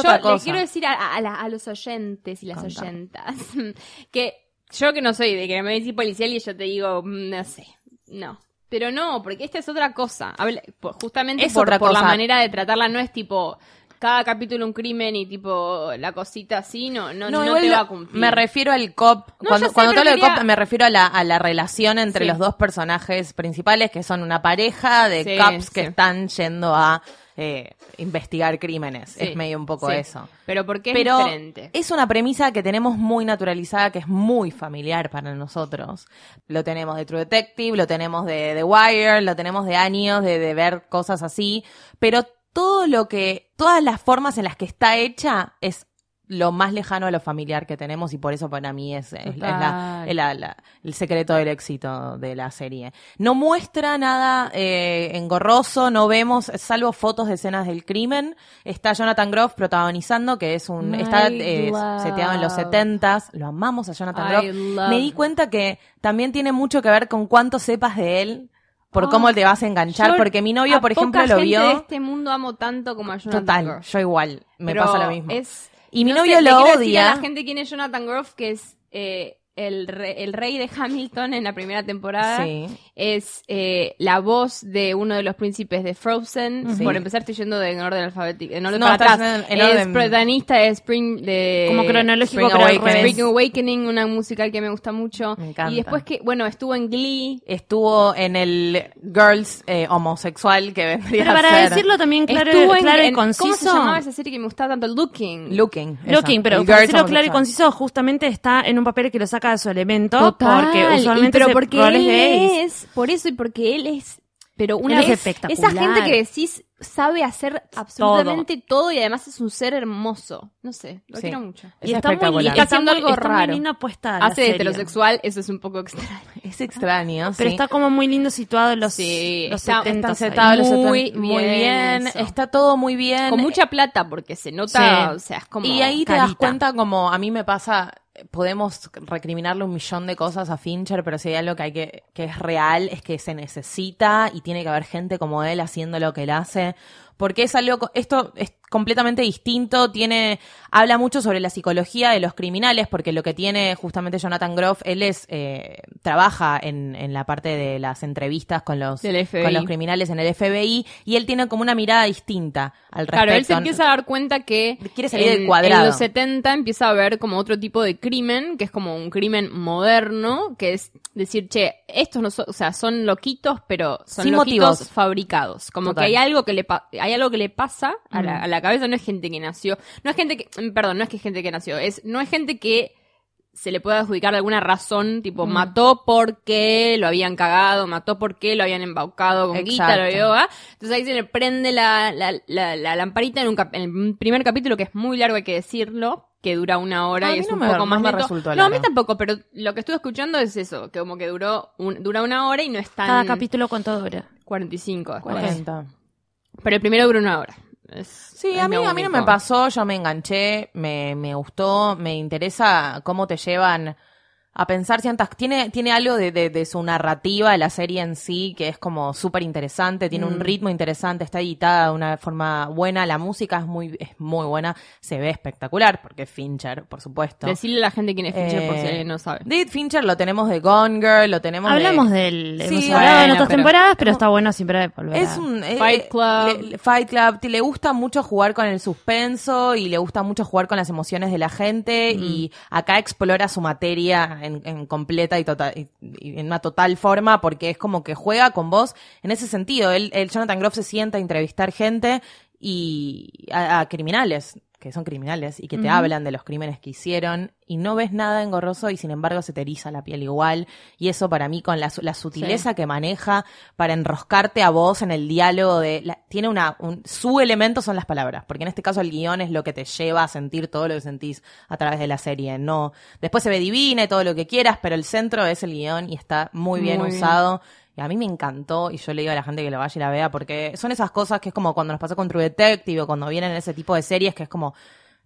[SPEAKER 3] otra
[SPEAKER 2] yo le
[SPEAKER 3] cosa.
[SPEAKER 2] quiero decir a, a- a la- a los oyentes y las
[SPEAKER 3] Contá.
[SPEAKER 2] oyentas que yo que no soy de que me decís policial y yo te digo, mm, no sé, no. Pero no, porque esta es otra cosa. Habla- por- justamente
[SPEAKER 3] Es
[SPEAKER 2] por,
[SPEAKER 3] otra
[SPEAKER 2] por la
[SPEAKER 3] cosa.
[SPEAKER 2] manera de tratarla no es tipo cada capítulo un crimen y tipo la cosita así, no, no, no,
[SPEAKER 3] igual
[SPEAKER 2] te va
[SPEAKER 3] lo-
[SPEAKER 2] a cumplir.
[SPEAKER 3] Me refiero al cop.
[SPEAKER 2] No,
[SPEAKER 3] cuando
[SPEAKER 2] ya sé,
[SPEAKER 3] cuando te
[SPEAKER 2] pero
[SPEAKER 3] hablo de
[SPEAKER 2] quería-
[SPEAKER 3] cop, me refiero a la, a la relación entre
[SPEAKER 2] Sí.
[SPEAKER 3] los dos personajes principales, que son una pareja de
[SPEAKER 2] Sí,
[SPEAKER 3] cops que
[SPEAKER 2] sí.
[SPEAKER 3] están yendo a eh, investigar crímenes.
[SPEAKER 2] Sí,
[SPEAKER 3] es medio un poco
[SPEAKER 2] sí.
[SPEAKER 3] eso.
[SPEAKER 2] Pero porque es
[SPEAKER 3] Pero
[SPEAKER 2] diferente.
[SPEAKER 3] es una premisa que tenemos muy naturalizada, que es muy familiar para nosotros. Lo tenemos de True Detective, lo tenemos de The Wire, lo tenemos de años de, de ver cosas así, pero todo lo que, todas las formas en las que está hecha es lo más lejano a lo familiar que tenemos y por eso para mí es, es- es la-
[SPEAKER 2] Total.
[SPEAKER 3] es la- la- el secreto del éxito de la serie. No muestra nada eh, engorroso, no vemos, salvo fotos de escenas del crimen. Está Jonathan Groff protagonizando, que es un...
[SPEAKER 2] My
[SPEAKER 3] está eh,
[SPEAKER 2] love.
[SPEAKER 3] seteado en los 70s, lo amamos a Jonathan
[SPEAKER 2] I
[SPEAKER 3] Groff.
[SPEAKER 2] love-
[SPEAKER 3] Me di cuenta que también tiene mucho que ver con cuánto sepas de él, por cómo
[SPEAKER 2] Ah,
[SPEAKER 3] te vas a enganchar,
[SPEAKER 2] Yo
[SPEAKER 3] porque mi novio,
[SPEAKER 2] a
[SPEAKER 3] por ejemplo,
[SPEAKER 2] poca
[SPEAKER 3] lo
[SPEAKER 2] gente
[SPEAKER 3] vio...
[SPEAKER 2] de este mundo amo tanto como a Jonathan
[SPEAKER 3] Total,
[SPEAKER 2] Groff.
[SPEAKER 3] yo igual, me
[SPEAKER 2] Pero
[SPEAKER 3] pasa lo mismo.
[SPEAKER 2] es-
[SPEAKER 3] y mi
[SPEAKER 2] no sé,
[SPEAKER 3] novio
[SPEAKER 2] le
[SPEAKER 3] lo
[SPEAKER 2] quiero decir
[SPEAKER 3] odia.
[SPEAKER 2] a la gente quién es Jonathan Groff, que es eh, el, re- el rey de Hamilton en la primera temporada.
[SPEAKER 3] Sí.
[SPEAKER 2] Es eh, la voz de uno de los príncipes de Frozen.
[SPEAKER 3] Sí.
[SPEAKER 2] Por empezar, estoy yendo de en orden alfabético. En orden
[SPEAKER 3] No,
[SPEAKER 2] para
[SPEAKER 3] estás
[SPEAKER 2] atrás.
[SPEAKER 3] en- en
[SPEAKER 2] es
[SPEAKER 3] orden-
[SPEAKER 2] protagonista de Spring. De...
[SPEAKER 1] Como cronológico,
[SPEAKER 3] Spring
[SPEAKER 1] pero al
[SPEAKER 3] Awakening.
[SPEAKER 1] revés.
[SPEAKER 2] Spring Awakening, una musical que me gusta mucho.
[SPEAKER 3] Me encanta.
[SPEAKER 2] Y después que, bueno, estuvo en Glee.
[SPEAKER 3] Estuvo en el Girls eh, homosexual que vendría
[SPEAKER 1] Pero
[SPEAKER 3] a
[SPEAKER 1] para
[SPEAKER 3] ser
[SPEAKER 1] decirlo también claro,
[SPEAKER 2] estuvo en,
[SPEAKER 1] claro y
[SPEAKER 2] en-
[SPEAKER 1] conciso.
[SPEAKER 2] ¿Cómo se llamaba esa serie que me gustaba tanto? Looking.
[SPEAKER 3] Looking. esa,
[SPEAKER 1] Looking, pero
[SPEAKER 3] el
[SPEAKER 1] para
[SPEAKER 3] Girls
[SPEAKER 1] decirlo claro y
[SPEAKER 3] homosexual.
[SPEAKER 1] conciso, justamente está en un papel que lo saca de su elemento,
[SPEAKER 2] Total,
[SPEAKER 1] porque
[SPEAKER 2] y
[SPEAKER 1] usualmente
[SPEAKER 2] pero
[SPEAKER 1] se-
[SPEAKER 2] porque
[SPEAKER 1] roles
[SPEAKER 2] él
[SPEAKER 1] gays.
[SPEAKER 2] es por eso y porque él es pero una
[SPEAKER 1] Él es
[SPEAKER 2] vez
[SPEAKER 1] espectacular.
[SPEAKER 2] esa gente que decís sabe hacer absolutamente todo. y además es un ser hermoso no sé lo
[SPEAKER 3] Sí.
[SPEAKER 2] quiero mucho
[SPEAKER 3] Es
[SPEAKER 1] y está muy
[SPEAKER 3] espectacular.
[SPEAKER 1] linda, está
[SPEAKER 2] Está haciendo
[SPEAKER 1] muy-
[SPEAKER 2] algo
[SPEAKER 1] está muy
[SPEAKER 2] raro.
[SPEAKER 1] linda puesta la
[SPEAKER 2] hace de
[SPEAKER 1] serie.
[SPEAKER 2] heterosexual eso es un poco extraño
[SPEAKER 3] Es extraño,
[SPEAKER 1] Pero
[SPEAKER 3] sí.
[SPEAKER 1] está como muy lindo situado en los,
[SPEAKER 2] Sí,
[SPEAKER 1] los
[SPEAKER 2] está-
[SPEAKER 1] 70s
[SPEAKER 3] Están
[SPEAKER 1] ahí.
[SPEAKER 3] setados los
[SPEAKER 2] Muy
[SPEAKER 3] seten- muy
[SPEAKER 2] bien
[SPEAKER 3] bien.
[SPEAKER 2] eso.
[SPEAKER 3] Está todo muy bien.
[SPEAKER 2] con mucha plata porque se nota
[SPEAKER 1] Sí.
[SPEAKER 2] o sea es como
[SPEAKER 3] Y ahí te das
[SPEAKER 1] carita.
[SPEAKER 3] cuenta como a mí me pasa, podemos recriminarle un millón de cosas a Fincher, pero si hay algo que hay que, que es real, es que se necesita y tiene que haber gente como él haciendo lo que él hace. Porque es algo, co- esto es completamente distinto, tiene, habla mucho sobre la psicología de los criminales, porque lo que tiene justamente Jonathan Groff, él es, eh, trabaja en, en la parte de las entrevistas con los,
[SPEAKER 2] Del FBI.
[SPEAKER 3] con los criminales en el FBI, y él tiene como una mirada distinta al respecto.
[SPEAKER 2] Claro, él se empieza a dar cuenta que
[SPEAKER 3] Quiere salir del
[SPEAKER 2] en-
[SPEAKER 3] cuadrado.
[SPEAKER 2] en los 70 empieza a ver como otro tipo de crimen, que es como un crimen moderno, que es decir, che, estos no son, o sea, son loquitos, pero son
[SPEAKER 3] Sin
[SPEAKER 2] loquitos
[SPEAKER 3] motivos.
[SPEAKER 2] fabricados. Como
[SPEAKER 3] Total.
[SPEAKER 2] que hay algo que le pa- hay algo que le pasa a la, a la cabeza, no es gente que nació, no es gente que, mm, perdón, no es que es gente que nació, es no es gente que se le puede adjudicar alguna razón, tipo
[SPEAKER 3] Mm.
[SPEAKER 2] mató porque lo habían cagado, mató porque lo habían embaucado con guita,
[SPEAKER 3] Exacto.
[SPEAKER 2] lo había- ¿ah? Entonces ahí se le prende la, la- la- la lamparita en, un cap- en el primer capítulo, que es muy largo, hay que decirlo, que dura una hora
[SPEAKER 3] A
[SPEAKER 2] y
[SPEAKER 3] mí
[SPEAKER 2] es
[SPEAKER 3] no
[SPEAKER 2] un
[SPEAKER 3] me-
[SPEAKER 2] poco
[SPEAKER 3] no
[SPEAKER 2] más
[SPEAKER 3] me
[SPEAKER 2] lento.
[SPEAKER 3] resultó
[SPEAKER 2] No, a mí
[SPEAKER 3] largo.
[SPEAKER 2] tampoco, pero lo que estuve escuchando es eso, que como que duró un- dura una hora y no es tan...
[SPEAKER 1] Cada capítulo con todo dura.
[SPEAKER 2] 45 después.
[SPEAKER 1] Cuarenta.
[SPEAKER 2] Pero el primero dura una hora. Es-
[SPEAKER 3] Sí,
[SPEAKER 2] es
[SPEAKER 3] a mí,
[SPEAKER 2] lo
[SPEAKER 3] a mí no
[SPEAKER 2] único.
[SPEAKER 3] me pasó, yo me enganché, me, me gustó, me interesa cómo te llevan a pensar ciertas... Tiene, tiene algo de, de- de su narrativa, de la serie en sí, que es como súper interesante, tiene
[SPEAKER 2] Mm.
[SPEAKER 3] un ritmo interesante, está editada de una forma buena, la música es muy, es muy buena, se ve espectacular, porque es Fincher, por supuesto.
[SPEAKER 2] Decirle a la gente quién es Fincher por si
[SPEAKER 3] Eh,
[SPEAKER 2] alguien no sabe.
[SPEAKER 3] David Fincher lo tenemos de Gone Girl, lo tenemos
[SPEAKER 1] Hablamos del.
[SPEAKER 3] Sí,
[SPEAKER 1] hemos hablado en
[SPEAKER 2] bueno,
[SPEAKER 1] otras
[SPEAKER 2] pero-
[SPEAKER 1] temporadas, pero está bueno siempre volver.
[SPEAKER 3] Es
[SPEAKER 1] a-
[SPEAKER 3] un eh,
[SPEAKER 2] Fight
[SPEAKER 3] eh,
[SPEAKER 2] Club.
[SPEAKER 3] le- le- Fight Club. Te- Le gusta mucho jugar con el suspenso y le gusta mucho jugar con las emociones de la gente
[SPEAKER 2] Mm.
[SPEAKER 3] y acá explora su materia en, en completa y, total, y- y en una total forma porque es como que juega con vos en ese sentido. Él, él- Jonathan Groff se sienta a entrevistar gente y a, a criminales que son criminales y que te hablan de los crímenes que hicieron y no ves nada engorroso y sin embargo se te eriza la piel igual y eso para mí con la, su- la sutileza que maneja para enroscarte a vos en el diálogo de la- tiene una un- su elemento son las palabras porque en este caso el guión es lo que te lleva a sentir todo lo que sentís a través de la serie no después se ve divina y todo lo que quieras pero el centro es el guión y está muy bien
[SPEAKER 2] Muy bien.
[SPEAKER 3] usado y a mí me encantó y yo le digo a la gente que lo vaya y la vea porque son esas cosas que es como cuando nos pasó con True Detective o cuando vienen ese tipo de series que es como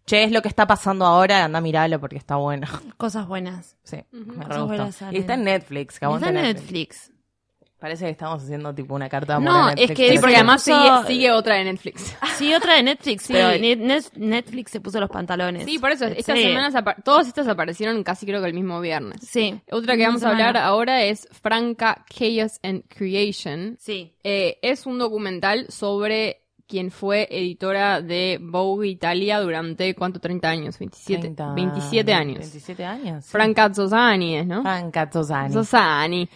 [SPEAKER 3] Che, es lo que está pasando ahora, anda a mirarlo porque está bueno.
[SPEAKER 1] Cosas buenas.
[SPEAKER 3] Sí, me
[SPEAKER 1] Cosas
[SPEAKER 3] re gustó.
[SPEAKER 1] buenas salen.
[SPEAKER 3] Y está en Netflix, que
[SPEAKER 1] Está
[SPEAKER 3] aguante
[SPEAKER 1] en
[SPEAKER 3] Netflix.
[SPEAKER 1] Netflix.
[SPEAKER 3] Parece que estamos haciendo tipo una carta de amor
[SPEAKER 1] No,
[SPEAKER 3] a Netflix,
[SPEAKER 1] es que-
[SPEAKER 3] pero
[SPEAKER 2] Sí, porque
[SPEAKER 1] Sí.
[SPEAKER 2] además sigue,
[SPEAKER 1] Incluso-
[SPEAKER 2] sigue otra de Netflix.
[SPEAKER 1] Sí, otra de Netflix,
[SPEAKER 3] Sí.
[SPEAKER 1] pero Net- Net- Netflix se puso los pantalones.
[SPEAKER 2] Sí, por eso,
[SPEAKER 1] En
[SPEAKER 2] estas
[SPEAKER 1] serio.
[SPEAKER 2] semanas, apa- todas estas aparecieron casi creo que el mismo viernes.
[SPEAKER 1] Sí.
[SPEAKER 2] Otra que
[SPEAKER 1] Una
[SPEAKER 2] vamos a
[SPEAKER 1] semana.
[SPEAKER 2] hablar ahora es Franca Chaos and Creation.
[SPEAKER 1] Sí.
[SPEAKER 2] Eh, es un documental sobre quien fue editora de Vogue Italia durante, ¿cuánto? 30 años, 27,
[SPEAKER 3] 30,
[SPEAKER 2] 27 años.
[SPEAKER 3] 27 años. sí.
[SPEAKER 2] Franca Zosani es, ¿no?
[SPEAKER 3] Franca Tosani.
[SPEAKER 2] Zosani.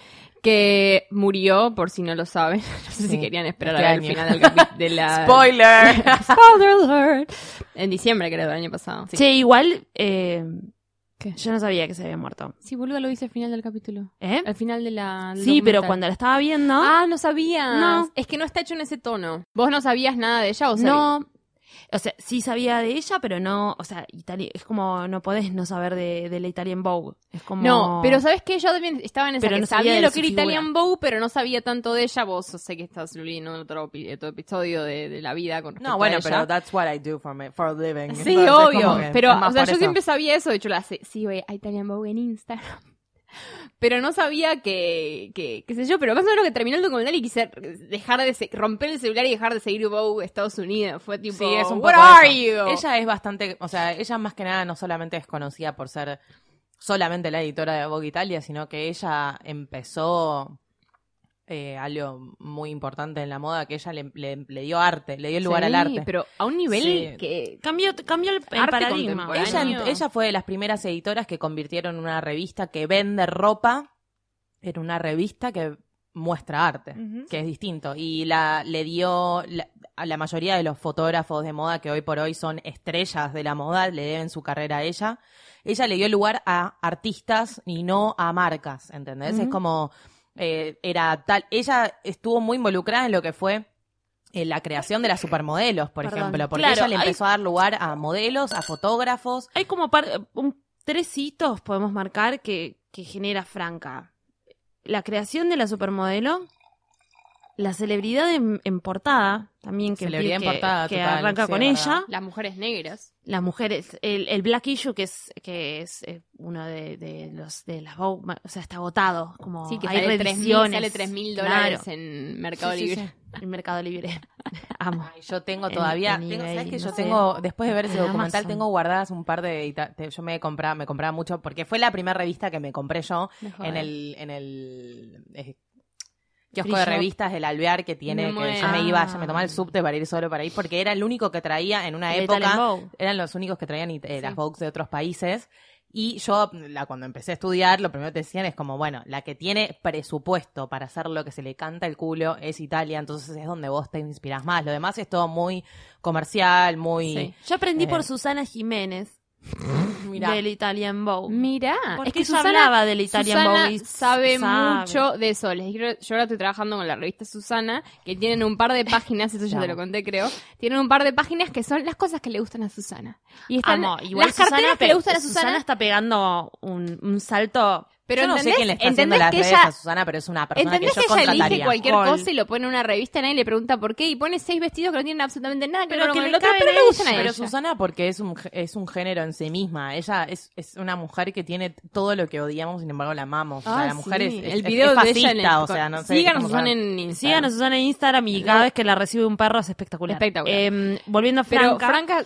[SPEAKER 2] Que murió, por si no lo saben. No sé si
[SPEAKER 3] Sí,
[SPEAKER 2] querían esperar
[SPEAKER 3] este
[SPEAKER 2] al
[SPEAKER 3] año.
[SPEAKER 2] final del capi- de la...
[SPEAKER 3] Spoiler.
[SPEAKER 2] Spoiler alert. En diciembre, creo, del año pasado.
[SPEAKER 1] Che, igual. eh,
[SPEAKER 2] ¿Qué?
[SPEAKER 1] Yo no sabía que se había muerto.
[SPEAKER 2] Sí, boludo, lo dice al final del capítulo.
[SPEAKER 1] ¿Eh?
[SPEAKER 2] Al final de la. del
[SPEAKER 1] Sí, pero
[SPEAKER 2] documental.
[SPEAKER 1] cuando la estaba viendo.
[SPEAKER 2] Ah, no sabías.
[SPEAKER 1] No.
[SPEAKER 2] Es que no está hecho en ese tono. ¿Vos no sabías nada de ella o sabías?
[SPEAKER 1] No, O sea, sí sabía de ella, pero no, o sea, Itali- es como no podés no saber de, de la Italian Vogue. Es como...
[SPEAKER 2] No, pero sabes que yo también estaba en esa
[SPEAKER 1] Pero
[SPEAKER 2] que
[SPEAKER 1] no sabía
[SPEAKER 2] sabía
[SPEAKER 1] de
[SPEAKER 2] lo
[SPEAKER 1] su
[SPEAKER 2] que era
[SPEAKER 1] figura.
[SPEAKER 2] Italian Bow, pero no sabía tanto de ella. Vos sé que estás Luli en otro, epi- otro episodio de, de la vida con respecto
[SPEAKER 3] No, bueno,
[SPEAKER 2] a ella.
[SPEAKER 3] pero that's what I do for, me, for a living.
[SPEAKER 2] Sí,
[SPEAKER 3] Entonces, como que
[SPEAKER 2] obvio. Pero,
[SPEAKER 3] es más
[SPEAKER 2] o sea,
[SPEAKER 3] por
[SPEAKER 2] yo
[SPEAKER 3] eso.
[SPEAKER 2] siempre sabía eso. De hecho, la sé. Sí, güey, hay Italian Vogue en Instagram. Pero no sabía que, que, qué sé yo, pero más o menos que terminó el documental y quise dejar de se- romper el celular y dejar de seguir Vogue Estados Unidos. Fue tipo,
[SPEAKER 3] Sí, es un
[SPEAKER 2] "What
[SPEAKER 3] poco
[SPEAKER 2] are
[SPEAKER 3] eso.
[SPEAKER 2] you?".
[SPEAKER 3] Ella es bastante, o sea, ella más que nada no solamente es conocida por ser solamente la editora de Vogue Italia, sino que ella empezó eh, algo muy importante en la moda, que ella le, le- le dio arte, le dio lugar
[SPEAKER 2] Sí,
[SPEAKER 3] al arte.
[SPEAKER 2] Pero a un nivel
[SPEAKER 3] Sí.
[SPEAKER 2] que.
[SPEAKER 1] Cambió, cambió el, el
[SPEAKER 2] Arte
[SPEAKER 1] paradigma.
[SPEAKER 2] contemporáneo.
[SPEAKER 3] Ella,
[SPEAKER 2] año.
[SPEAKER 3] ella fue de las primeras editoras que convirtieron una revista que vende ropa en una revista que muestra arte,
[SPEAKER 1] Ujú.
[SPEAKER 3] que es distinto. Y la, le dio la- a la mayoría de los fotógrafos de moda que hoy por hoy son estrellas de la moda, le deben su carrera a ella. Ella le dio lugar a artistas y no a marcas, ¿entendés? Es
[SPEAKER 1] Ujú.
[SPEAKER 3] como eh, era tal. Ella estuvo muy involucrada en lo que fue eh, la creación de las supermodelos, por
[SPEAKER 1] Perdón.
[SPEAKER 3] ejemplo, porque
[SPEAKER 1] Claro,
[SPEAKER 3] ella le
[SPEAKER 1] hay-
[SPEAKER 3] empezó a dar lugar a modelos, a fotógrafos.
[SPEAKER 1] Hay como par- un- tres hitos, podemos marcar, que, que genera Franca. La creación de la supermodelo, la celebridad en, en portada, también que,
[SPEAKER 3] Celebridad en
[SPEAKER 1] que-
[SPEAKER 3] portada,
[SPEAKER 1] que
[SPEAKER 3] total,
[SPEAKER 1] arranca
[SPEAKER 3] sí,
[SPEAKER 1] con
[SPEAKER 3] es
[SPEAKER 1] ella.
[SPEAKER 3] verdad.
[SPEAKER 2] Las mujeres negras.
[SPEAKER 1] las mujeres, el, el Black Issue que es, que es eh, uno de, de los de las Vogue, ma- o sea, está agotado, como
[SPEAKER 2] Sí, que
[SPEAKER 1] hay
[SPEAKER 2] sale 3.000
[SPEAKER 1] reediciones.
[SPEAKER 2] sale 3.000
[SPEAKER 1] Claro,
[SPEAKER 2] dólares en Mercado
[SPEAKER 3] Sí, sí,
[SPEAKER 2] Libre.
[SPEAKER 1] el Mercado Libre. Amo.
[SPEAKER 3] Ay, yo tengo
[SPEAKER 1] En-
[SPEAKER 3] todavía,
[SPEAKER 1] en
[SPEAKER 3] tengo-
[SPEAKER 1] eBay,
[SPEAKER 3] ¿sabes que
[SPEAKER 1] no
[SPEAKER 3] yo
[SPEAKER 1] sé.
[SPEAKER 3] tengo, después de ver ese
[SPEAKER 1] En
[SPEAKER 3] documental,
[SPEAKER 1] Amazon.
[SPEAKER 3] tengo guardadas un par de, edita- te- yo me compraba, me compraba mucho, porque fue la primera revista que me compré yo
[SPEAKER 2] Mejor.
[SPEAKER 3] en el, en el eh, kiosco
[SPEAKER 1] Free
[SPEAKER 3] de
[SPEAKER 1] shop. Ah.
[SPEAKER 3] revistas del Alvear que tiene,
[SPEAKER 2] Me
[SPEAKER 3] que yo
[SPEAKER 2] muero.
[SPEAKER 3] me iba, yo me tomaba el subte para ir solo para ahí, porque era el único que traía en una
[SPEAKER 1] De
[SPEAKER 3] época.
[SPEAKER 1] Italian Vogue.
[SPEAKER 3] eran los únicos que traían eh, las
[SPEAKER 2] Sí.
[SPEAKER 3] Vogues de otros países. Y yo, la, cuando empecé a estudiar, lo primero que te decían es como, bueno, la que tiene presupuesto para hacer lo que se le canta el culo es Italia, entonces es donde vos te inspirás más. Lo demás es todo muy comercial, muy...
[SPEAKER 2] Sí.
[SPEAKER 1] Yo aprendí
[SPEAKER 3] Eh.
[SPEAKER 1] por Susana Jiménez
[SPEAKER 3] Mirá.
[SPEAKER 1] del Italian Vogue.
[SPEAKER 2] Mirá,
[SPEAKER 1] Porque
[SPEAKER 2] es que
[SPEAKER 1] ella
[SPEAKER 2] Susana,
[SPEAKER 1] hablaba del Italian
[SPEAKER 2] Susana
[SPEAKER 1] Vogue y
[SPEAKER 2] sabe,
[SPEAKER 1] sabe.
[SPEAKER 2] mucho de eso. Les digo, yo ahora estoy trabajando con la revista Susana, que tienen un par de páginas, eso ya te lo
[SPEAKER 3] Amo.
[SPEAKER 2] conté, creo. Tienen un par de páginas que son las cosas que le gustan a Susana. Y están
[SPEAKER 1] Amo. Igual
[SPEAKER 2] las
[SPEAKER 1] Susana,
[SPEAKER 2] carteras que
[SPEAKER 1] pero
[SPEAKER 2] le gustan a Susana.
[SPEAKER 1] Susana está pegando un, un salto.
[SPEAKER 2] pero
[SPEAKER 3] yo no sé
[SPEAKER 2] ¿entendés?
[SPEAKER 3] quién le está haciendo
[SPEAKER 2] ¿entendés
[SPEAKER 3] las
[SPEAKER 2] que
[SPEAKER 3] redes
[SPEAKER 2] ella,
[SPEAKER 3] a Susana, pero es una persona que
[SPEAKER 2] ¿Entendés
[SPEAKER 3] yo
[SPEAKER 2] que, ella elige
[SPEAKER 3] contrataría.
[SPEAKER 2] cualquier
[SPEAKER 1] Gol.
[SPEAKER 2] cosa y lo pone en una revista y nadie le pregunta por qué? Y pone seis vestidos que no tienen absolutamente nada que
[SPEAKER 1] Pero
[SPEAKER 2] ver
[SPEAKER 1] que
[SPEAKER 2] con el
[SPEAKER 1] le
[SPEAKER 2] otro,
[SPEAKER 1] caben
[SPEAKER 2] pero
[SPEAKER 1] a
[SPEAKER 2] le gustan a
[SPEAKER 1] ella.
[SPEAKER 2] ella.
[SPEAKER 3] Pero Susana porque es un, g- es un género en sí misma. Ella es, es una mujer que tiene todo lo que odiamos, sin embargo la amamos. O sea,
[SPEAKER 2] Ah,
[SPEAKER 3] la mujer
[SPEAKER 2] sí.
[SPEAKER 3] es, es-
[SPEAKER 2] el
[SPEAKER 3] es-
[SPEAKER 2] video
[SPEAKER 3] es
[SPEAKER 2] de ella en el-
[SPEAKER 3] fascista, o sea, no sé
[SPEAKER 2] Síganos
[SPEAKER 3] cómo
[SPEAKER 2] Susana
[SPEAKER 3] saber.
[SPEAKER 2] en Instagram.
[SPEAKER 1] Sigan a Susana en Instagram y cada vez que la recibe un perro es espectacular.
[SPEAKER 2] Espectacular.
[SPEAKER 1] Eh, volviendo a
[SPEAKER 2] Pero
[SPEAKER 1] Franca.
[SPEAKER 2] Franca,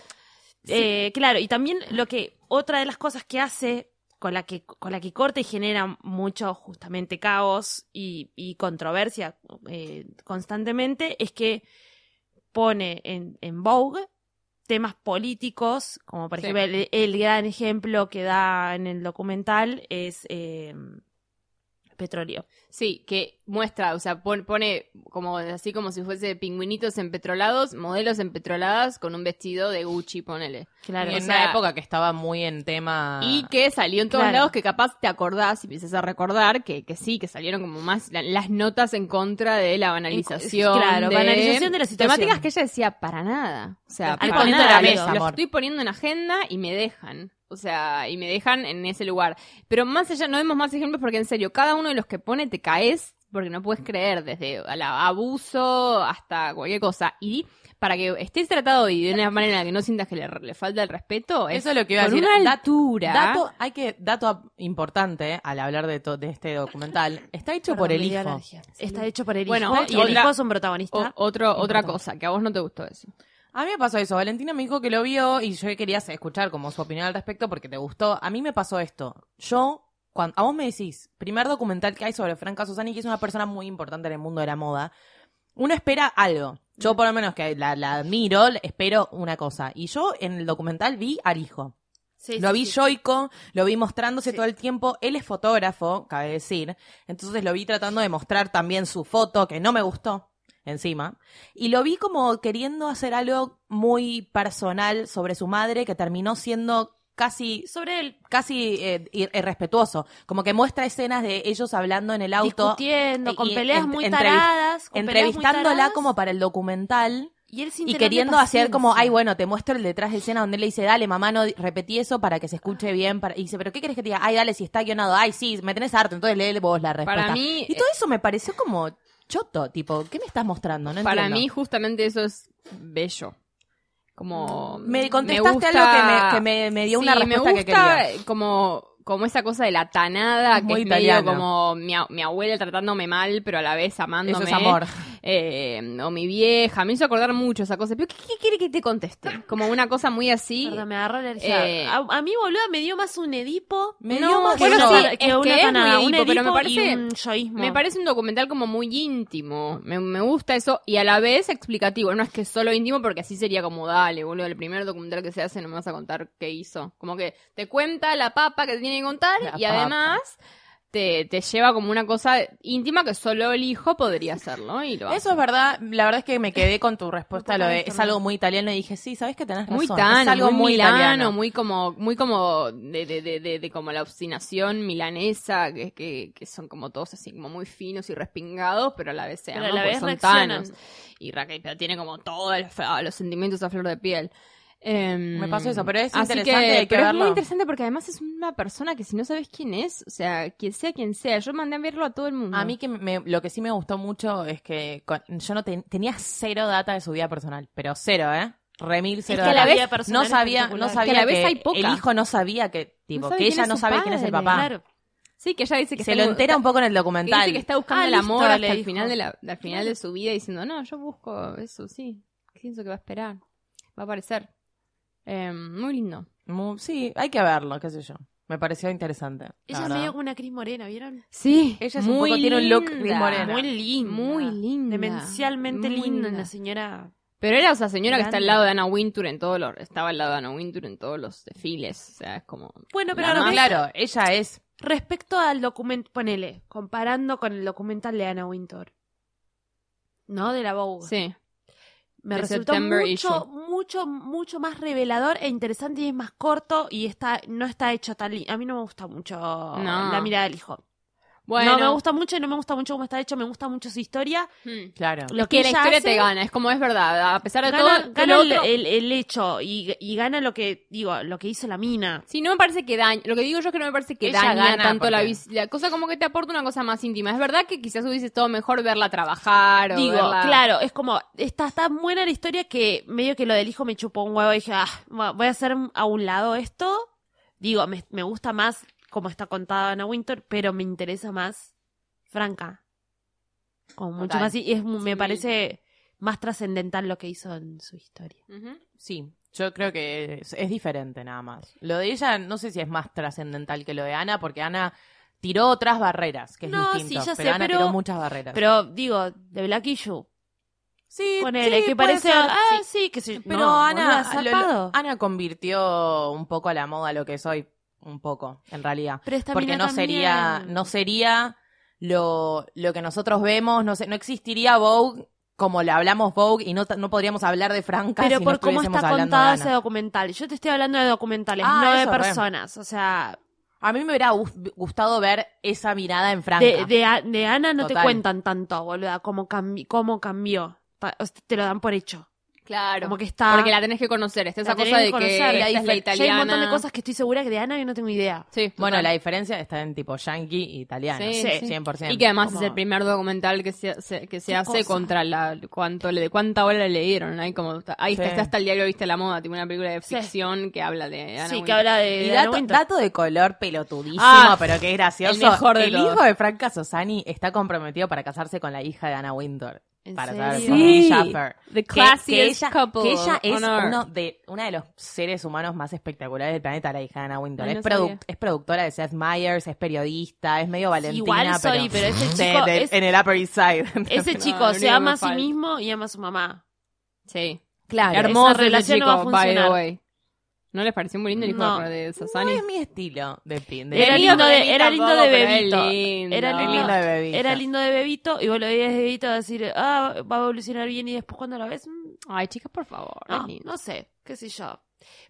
[SPEAKER 1] Eh, claro, y también lo que otra de las cosas que hace con la que con la que corta y genera mucho justamente caos y, y controversia eh, constantemente es que pone en, en Vogue temas políticos, como por
[SPEAKER 2] Sí.
[SPEAKER 1] ejemplo el, el gran ejemplo que da en el documental es eh, petróleo.
[SPEAKER 2] Sí, que muestra, o sea, pon- pone como así como si fuese pingüinitos empetrolados, modelos empetroladas con un vestido de Gucci, ponele.
[SPEAKER 1] Claro.
[SPEAKER 3] Y en
[SPEAKER 2] o
[SPEAKER 3] una
[SPEAKER 2] sea,
[SPEAKER 3] época que estaba muy en tema.
[SPEAKER 2] Y que salió en todos
[SPEAKER 1] Claro.
[SPEAKER 2] lados, que capaz te acordás y empiezas a recordar que, que sí, que salieron como más la- las notas en contra de la banalización.
[SPEAKER 1] claro,
[SPEAKER 2] de,
[SPEAKER 1] banalización de la situación.
[SPEAKER 2] Temáticas que ella decía para nada. O sea,
[SPEAKER 3] Lo estoy
[SPEAKER 2] para
[SPEAKER 1] poniendo en
[SPEAKER 2] nada.
[SPEAKER 1] la
[SPEAKER 2] Lo-
[SPEAKER 1] mesa,
[SPEAKER 2] lo
[SPEAKER 3] amor.
[SPEAKER 2] estoy poniendo en agenda y me dejan. O sea, y me dejan en ese lugar. Pero más allá, no vemos más ejemplos porque en serio, cada uno de los que pone te caes porque no puedes creer, desde el abuso hasta cualquier cosa. Y para que estés tratado y de una manera en la que no sientas que le, le falta el respeto, es
[SPEAKER 3] Eso es lo que iba a
[SPEAKER 2] con
[SPEAKER 3] decir.
[SPEAKER 2] una
[SPEAKER 3] Da-
[SPEAKER 2] altura.
[SPEAKER 3] Dato, hay que, dato ap- importante eh, al hablar de, to- de este documental. Está hecho por el hijo.
[SPEAKER 1] Está hecho por el
[SPEAKER 2] Bueno,
[SPEAKER 1] hijo y el
[SPEAKER 2] otra-
[SPEAKER 1] hijo es un
[SPEAKER 2] O-
[SPEAKER 1] protagonista.
[SPEAKER 2] otro, otra
[SPEAKER 1] Importante.
[SPEAKER 2] cosa, que a vos no te gustó eso.
[SPEAKER 3] A mí me pasó eso. Valentina me dijo que lo vio y yo quería escuchar como su opinión al respecto porque te gustó. A mí me pasó esto. Yo, cuando, a vos me decís, primer documental que hay sobre Franca Susani, que es una persona muy importante en el mundo de la moda, uno espera algo. Yo, por lo menos, que la, la admiro, espero una cosa. Y yo en el documental vi al hijo.
[SPEAKER 1] Sí,
[SPEAKER 3] Lo
[SPEAKER 1] sí,
[SPEAKER 3] vi
[SPEAKER 1] sí.
[SPEAKER 3] yoico, lo vi mostrándose
[SPEAKER 1] Sí.
[SPEAKER 3] todo el tiempo. Él es fotógrafo, cabe decir. Entonces lo vi tratando de mostrar también su foto, que no me gustó encima. Y lo vi como queriendo hacer algo muy personal sobre su madre, que terminó siendo casi
[SPEAKER 1] sobre él
[SPEAKER 3] casi eh, ir- irrespetuoso. Como que muestra escenas de ellos hablando en el auto,
[SPEAKER 1] discutiendo, con
[SPEAKER 3] y
[SPEAKER 1] peleas
[SPEAKER 3] ent-
[SPEAKER 1] muy
[SPEAKER 3] entrevist-
[SPEAKER 1] taradas. con peleas muy
[SPEAKER 3] entrevistándola
[SPEAKER 1] taradas.
[SPEAKER 3] como para el documental.
[SPEAKER 1] Y él sin
[SPEAKER 3] Y
[SPEAKER 1] tenerle
[SPEAKER 3] queriendo hacer como,
[SPEAKER 1] paciencia.
[SPEAKER 3] ay, bueno, te muestro el detrás de escena donde él le dice, dale, mamá, no di- repetí eso para que se
[SPEAKER 2] Ah.
[SPEAKER 3] escuche bien. Para... Y dice, pero ¿qué querés que te diga? Ay, dale, si está guionado. Ay, sí, me tenés harto, entonces lee vos la respuesta.
[SPEAKER 2] Para mí,
[SPEAKER 3] Y todo eso me pareció como choto, tipo, ¿qué me estás mostrando? No
[SPEAKER 2] para mí
[SPEAKER 3] entiendo.
[SPEAKER 2] justamente eso es bello. Como
[SPEAKER 3] Mm. Me contestaste algo que me, que me, me dio una
[SPEAKER 2] Sí,
[SPEAKER 3] respuesta
[SPEAKER 2] me
[SPEAKER 3] que quería.
[SPEAKER 2] gusta como como esa cosa de la tanada
[SPEAKER 3] Muy
[SPEAKER 2] que es medio
[SPEAKER 3] italiano.
[SPEAKER 2] como mi, a- mi abuela tratándome mal pero a la vez
[SPEAKER 3] Eso
[SPEAKER 2] amándome
[SPEAKER 3] es amor.
[SPEAKER 2] Eh, o mi vieja me hizo acordar mucho esa cosa pero qué, qué quiere que te conteste como una cosa muy así
[SPEAKER 1] Perdón, me agarró la energía.
[SPEAKER 2] Eh,
[SPEAKER 1] a, a mí, boluda, me dio más un Edipo.
[SPEAKER 3] Me
[SPEAKER 2] No,
[SPEAKER 3] dio más que
[SPEAKER 2] bueno,
[SPEAKER 3] yo.
[SPEAKER 2] sí,
[SPEAKER 1] una-
[SPEAKER 2] es
[SPEAKER 1] que una
[SPEAKER 2] que es
[SPEAKER 1] tonada.
[SPEAKER 2] muy
[SPEAKER 1] un
[SPEAKER 2] Edipo,
[SPEAKER 1] Edipo,
[SPEAKER 2] pero me
[SPEAKER 1] y
[SPEAKER 2] parece-
[SPEAKER 1] un yoísmo.
[SPEAKER 2] Me parece un documental como muy íntimo. Me, me gusta eso. Y a la vez explicativo. No es que solo íntimo, porque así sería como, dale, boludo, el primer documental que se hace no me vas a contar qué hizo. Como que te cuenta la papa que te tiene que contar
[SPEAKER 3] La
[SPEAKER 2] y además te, te lleva como una cosa íntima que solo el hijo podría hacerlo. Y lo hace.
[SPEAKER 3] Eso es verdad, la verdad es que me quedé con tu respuesta, a lo de,
[SPEAKER 1] Totalmente,
[SPEAKER 3] es
[SPEAKER 1] ¿no?
[SPEAKER 3] algo muy italiano y dije, sí, sabes que tenés razón,
[SPEAKER 2] Muy
[SPEAKER 3] es
[SPEAKER 2] tan,
[SPEAKER 3] algo
[SPEAKER 2] muy, milano,
[SPEAKER 3] italiano.
[SPEAKER 2] muy como, muy como de, de, de, de- de como la obstinación milanesa, que, que, que son como todos así como muy finos y respingados, pero a la vez se
[SPEAKER 1] Pero a
[SPEAKER 2] aman
[SPEAKER 1] la
[SPEAKER 2] porque
[SPEAKER 1] vez
[SPEAKER 2] son
[SPEAKER 1] reaccionan.
[SPEAKER 2] tanos. Y Raquel pero tiene como todos los, ah, los sentimientos a flor de piel. Em,
[SPEAKER 3] Me pasó eso, pero es
[SPEAKER 2] así
[SPEAKER 3] interesante, hay que
[SPEAKER 2] pero es
[SPEAKER 3] verlo.
[SPEAKER 2] muy interesante porque además es una persona que si no sabes quién es, o sea, quien sea quien sea, yo mandé a verlo a todo el mundo.
[SPEAKER 3] A mí que me- lo que sí me gustó mucho es que con- yo no ten- tenía cero data de su vida personal, pero cero, ¿eh? Remil cero
[SPEAKER 1] que a la
[SPEAKER 3] data.
[SPEAKER 1] vida personal
[SPEAKER 3] no
[SPEAKER 1] es
[SPEAKER 3] sabía,
[SPEAKER 1] particular.
[SPEAKER 3] no sabía
[SPEAKER 2] Que a la vez
[SPEAKER 3] que
[SPEAKER 2] hay poca.
[SPEAKER 3] el hijo no sabía que tipo
[SPEAKER 2] sabe
[SPEAKER 3] que
[SPEAKER 2] quién
[SPEAKER 3] ella
[SPEAKER 2] es
[SPEAKER 3] no
[SPEAKER 2] su
[SPEAKER 3] sabe quién es el
[SPEAKER 2] padre.
[SPEAKER 3] papá.
[SPEAKER 1] Claro.
[SPEAKER 2] sí, que ella dice que
[SPEAKER 3] Se
[SPEAKER 2] está
[SPEAKER 3] lo
[SPEAKER 2] como-
[SPEAKER 3] entera un poco en el
[SPEAKER 2] Que dice
[SPEAKER 3] documental.
[SPEAKER 2] que está buscando
[SPEAKER 1] Ah,
[SPEAKER 2] el
[SPEAKER 1] listo,
[SPEAKER 2] amor hasta
[SPEAKER 1] le
[SPEAKER 2] el
[SPEAKER 1] dijo.
[SPEAKER 2] final, de la, del final de su vida diciendo, no, yo busco eso, sí. Pienso que va a esperar. Va a aparecer. Em, muy lindo.
[SPEAKER 3] Mu- Sí, hay que verlo, qué sé yo. Me pareció interesante. la
[SPEAKER 1] Ella es
[SPEAKER 3] verdad.
[SPEAKER 1] medio como una Cris Morena, ¿vieron?
[SPEAKER 2] Sí,
[SPEAKER 3] Ella es un poco- tiene un look gris morena.
[SPEAKER 1] Muy linda.
[SPEAKER 2] Muy linda.
[SPEAKER 1] Demencialmente
[SPEAKER 2] Muy
[SPEAKER 1] linda.
[SPEAKER 2] linda.
[SPEAKER 1] Una señora.
[SPEAKER 2] Pero era esa señora que está al
[SPEAKER 1] Grande.
[SPEAKER 2] lado de Anna Wintour en todos los... Estaba al lado de Anna Wintour en todos los desfiles. O sea, es como...
[SPEAKER 1] Bueno, pero
[SPEAKER 2] La
[SPEAKER 1] lo
[SPEAKER 2] más
[SPEAKER 1] que-
[SPEAKER 3] Claro, ella es
[SPEAKER 1] respecto al documento, ponele, comparando con el documental de Anna Wintour. ¿No? De la Vogue.
[SPEAKER 2] Sí.
[SPEAKER 1] Me
[SPEAKER 2] De
[SPEAKER 1] resultó
[SPEAKER 2] September
[SPEAKER 1] mucho, mucho, mucho más revelador e interesante y es más corto y está, no está hecho tan... li- A mí no me gusta mucho la mirada del hijo. No
[SPEAKER 2] Bueno.
[SPEAKER 1] me gusta mucho y no me gusta mucho cómo está hecho, me gusta mucho su historia.
[SPEAKER 2] Hmm.
[SPEAKER 3] Claro.
[SPEAKER 1] Lo
[SPEAKER 2] Es que la
[SPEAKER 1] ella
[SPEAKER 2] historia
[SPEAKER 1] hace-
[SPEAKER 2] te gana. Es como es verdad. A pesar de
[SPEAKER 1] Gana,
[SPEAKER 2] todo...
[SPEAKER 1] gana
[SPEAKER 2] lo
[SPEAKER 1] el, eh,
[SPEAKER 2] otro-
[SPEAKER 1] el- el hecho y, y gana lo que, digo, lo que hizo la mina.
[SPEAKER 2] Sí, no me parece que daña. Lo que digo yo es que no me parece que
[SPEAKER 3] Ella
[SPEAKER 2] daña
[SPEAKER 3] gana
[SPEAKER 2] tanto la,
[SPEAKER 3] porque-
[SPEAKER 2] vis- la cosa como que te aporta una cosa más íntima. Es verdad que quizás hubiese estado mejor verla trabajar o
[SPEAKER 1] Digo,
[SPEAKER 2] verla-
[SPEAKER 1] claro, es como, está tan buena la historia que medio que lo del hijo me chupó un huevo y dije, ah, va- voy a hacer a un lado esto. Digo, me, me gusta más como está contada Ana Winter, pero me interesa más Franca. Como mucho
[SPEAKER 3] Total.
[SPEAKER 1] más, y es, me
[SPEAKER 2] Sí.
[SPEAKER 1] parece más trascendental lo que hizo en su historia.
[SPEAKER 2] Ujú.
[SPEAKER 3] Sí, yo creo que es, es diferente nada más. Lo de ella no sé si es más trascendental que lo de Ana, porque Ana tiró otras barreras, que es
[SPEAKER 1] No,
[SPEAKER 3] distinto.
[SPEAKER 1] sí, ya sé,
[SPEAKER 3] pero Ana
[SPEAKER 1] pero-
[SPEAKER 3] tiró muchas barreras.
[SPEAKER 1] Pero digo, de Black Issue,
[SPEAKER 3] sí,
[SPEAKER 1] ponele,
[SPEAKER 3] sí,
[SPEAKER 1] que
[SPEAKER 3] puede
[SPEAKER 1] parece,
[SPEAKER 3] ser,
[SPEAKER 1] ah,
[SPEAKER 3] sí.
[SPEAKER 1] sí, que se
[SPEAKER 3] Pero
[SPEAKER 1] no,
[SPEAKER 3] Ana,
[SPEAKER 1] boluda,
[SPEAKER 3] lo- ah,
[SPEAKER 1] zarpado.
[SPEAKER 3] lo- Ana convirtió un poco a la moda lo que soy, un poco, en realidad.
[SPEAKER 1] Pero esta
[SPEAKER 3] Porque
[SPEAKER 1] mina
[SPEAKER 3] no sería,
[SPEAKER 1] también.
[SPEAKER 3] no sería lo, lo que nosotros vemos, no sé, no existiría Vogue como la hablamos Vogue y no, ta- no podríamos hablar de Franca
[SPEAKER 1] Pero
[SPEAKER 3] si no
[SPEAKER 1] por cómo
[SPEAKER 3] estuviésemos
[SPEAKER 1] está
[SPEAKER 3] hablando de
[SPEAKER 1] contado
[SPEAKER 3] Ana.
[SPEAKER 1] ese documental. Yo te estoy hablando de documentales,
[SPEAKER 3] Ah,
[SPEAKER 1] no de
[SPEAKER 3] eso, re.
[SPEAKER 1] personas. O sea,
[SPEAKER 3] A mí me hubiera gus- gustado ver esa mirada en Franca.
[SPEAKER 1] de, de, A- de Ana no
[SPEAKER 3] Total.
[SPEAKER 1] te cuentan tanto, boluda, cómo, cambi- cómo cambió. Pa- o sea, te lo dan por hecho.
[SPEAKER 2] Claro.
[SPEAKER 1] Como que está.
[SPEAKER 2] Porque la tenés que conocer. Está esa
[SPEAKER 1] la tenés
[SPEAKER 2] cosa
[SPEAKER 1] que
[SPEAKER 2] de que
[SPEAKER 1] conocer.
[SPEAKER 2] esta
[SPEAKER 3] La
[SPEAKER 2] es la
[SPEAKER 3] difer-
[SPEAKER 1] Ya hay un montón de
[SPEAKER 2] italiana.
[SPEAKER 1] cosas que estoy segura que de Ana yo no tengo idea.
[SPEAKER 2] Sí,
[SPEAKER 3] Bueno,
[SPEAKER 2] total.
[SPEAKER 3] la diferencia está en tipo yankee y italiano.
[SPEAKER 2] Sí,
[SPEAKER 1] sí.
[SPEAKER 3] 100%.
[SPEAKER 2] Y que además
[SPEAKER 1] Como-
[SPEAKER 2] es el primer documental que se, se- que se
[SPEAKER 1] Qué cosa.
[SPEAKER 2] hace contra la cuánto le cuánta hora le dieron, ¿no? Hay como ahí
[SPEAKER 3] Sí.
[SPEAKER 2] está, está hasta el diario viste la moda, tipo una película de
[SPEAKER 1] Sí.
[SPEAKER 2] ficción que habla de Anna
[SPEAKER 1] sí, que
[SPEAKER 2] Wintour.
[SPEAKER 1] habla de.
[SPEAKER 3] Y
[SPEAKER 1] de Ana
[SPEAKER 3] dato,
[SPEAKER 1] Wintour.
[SPEAKER 3] dato de color pelotudísimo,
[SPEAKER 2] Ah,
[SPEAKER 3] pero que es gracioso.
[SPEAKER 2] el mejor de todos.
[SPEAKER 3] hijo de Franca Sosani está comprometido para casarse con la hija de Anna Wintour.
[SPEAKER 1] ¿En
[SPEAKER 3] Para
[SPEAKER 1] serio?
[SPEAKER 3] saber
[SPEAKER 1] Sí.
[SPEAKER 3] por Amy
[SPEAKER 2] Sí.
[SPEAKER 3] Schaffer.
[SPEAKER 2] The
[SPEAKER 3] Que- que
[SPEAKER 2] classiest
[SPEAKER 3] ella,
[SPEAKER 2] couple
[SPEAKER 3] que ella es
[SPEAKER 2] on earth.
[SPEAKER 3] uno de, una de los seres humanos más espectaculares del planeta, la hija de Anna Wintour.
[SPEAKER 2] Ay, no
[SPEAKER 3] es, produ-
[SPEAKER 2] sabía.
[SPEAKER 3] es productora de Seth Meyers, es periodista, es medio valentina.
[SPEAKER 1] igual soy, pero ese chico
[SPEAKER 3] de-
[SPEAKER 1] es-
[SPEAKER 3] En el Upper East Side.
[SPEAKER 1] Ese
[SPEAKER 2] No,
[SPEAKER 1] chico
[SPEAKER 2] lo único
[SPEAKER 1] se
[SPEAKER 2] que
[SPEAKER 1] ama
[SPEAKER 2] me
[SPEAKER 1] a sí
[SPEAKER 2] falta.
[SPEAKER 1] mismo y ama a su mamá.
[SPEAKER 2] Sí.
[SPEAKER 3] Claro.
[SPEAKER 2] Hermoso
[SPEAKER 1] esa relación
[SPEAKER 2] ese
[SPEAKER 1] no va a
[SPEAKER 2] chico, by the
[SPEAKER 1] funcionar.
[SPEAKER 2] way. ¿No les pareció muy lindo el hijo
[SPEAKER 1] No.
[SPEAKER 2] de Sasani?
[SPEAKER 3] No es mi estilo de pin.
[SPEAKER 1] Era
[SPEAKER 2] mí
[SPEAKER 1] lindo de,
[SPEAKER 2] tampoco,
[SPEAKER 1] era lindo de
[SPEAKER 2] pero es
[SPEAKER 1] bebito.
[SPEAKER 2] lindo.
[SPEAKER 1] Era
[SPEAKER 3] Es
[SPEAKER 1] lindo,
[SPEAKER 3] lindo de bebito.
[SPEAKER 1] Era lindo de bebito y vos lo veías de bebito a decir, ah, va a evolucionar bien y después cuando la ves, mm,
[SPEAKER 2] Ay, chicas, por favor.
[SPEAKER 1] no,
[SPEAKER 2] es lindo.
[SPEAKER 1] no sé, qué sé yo.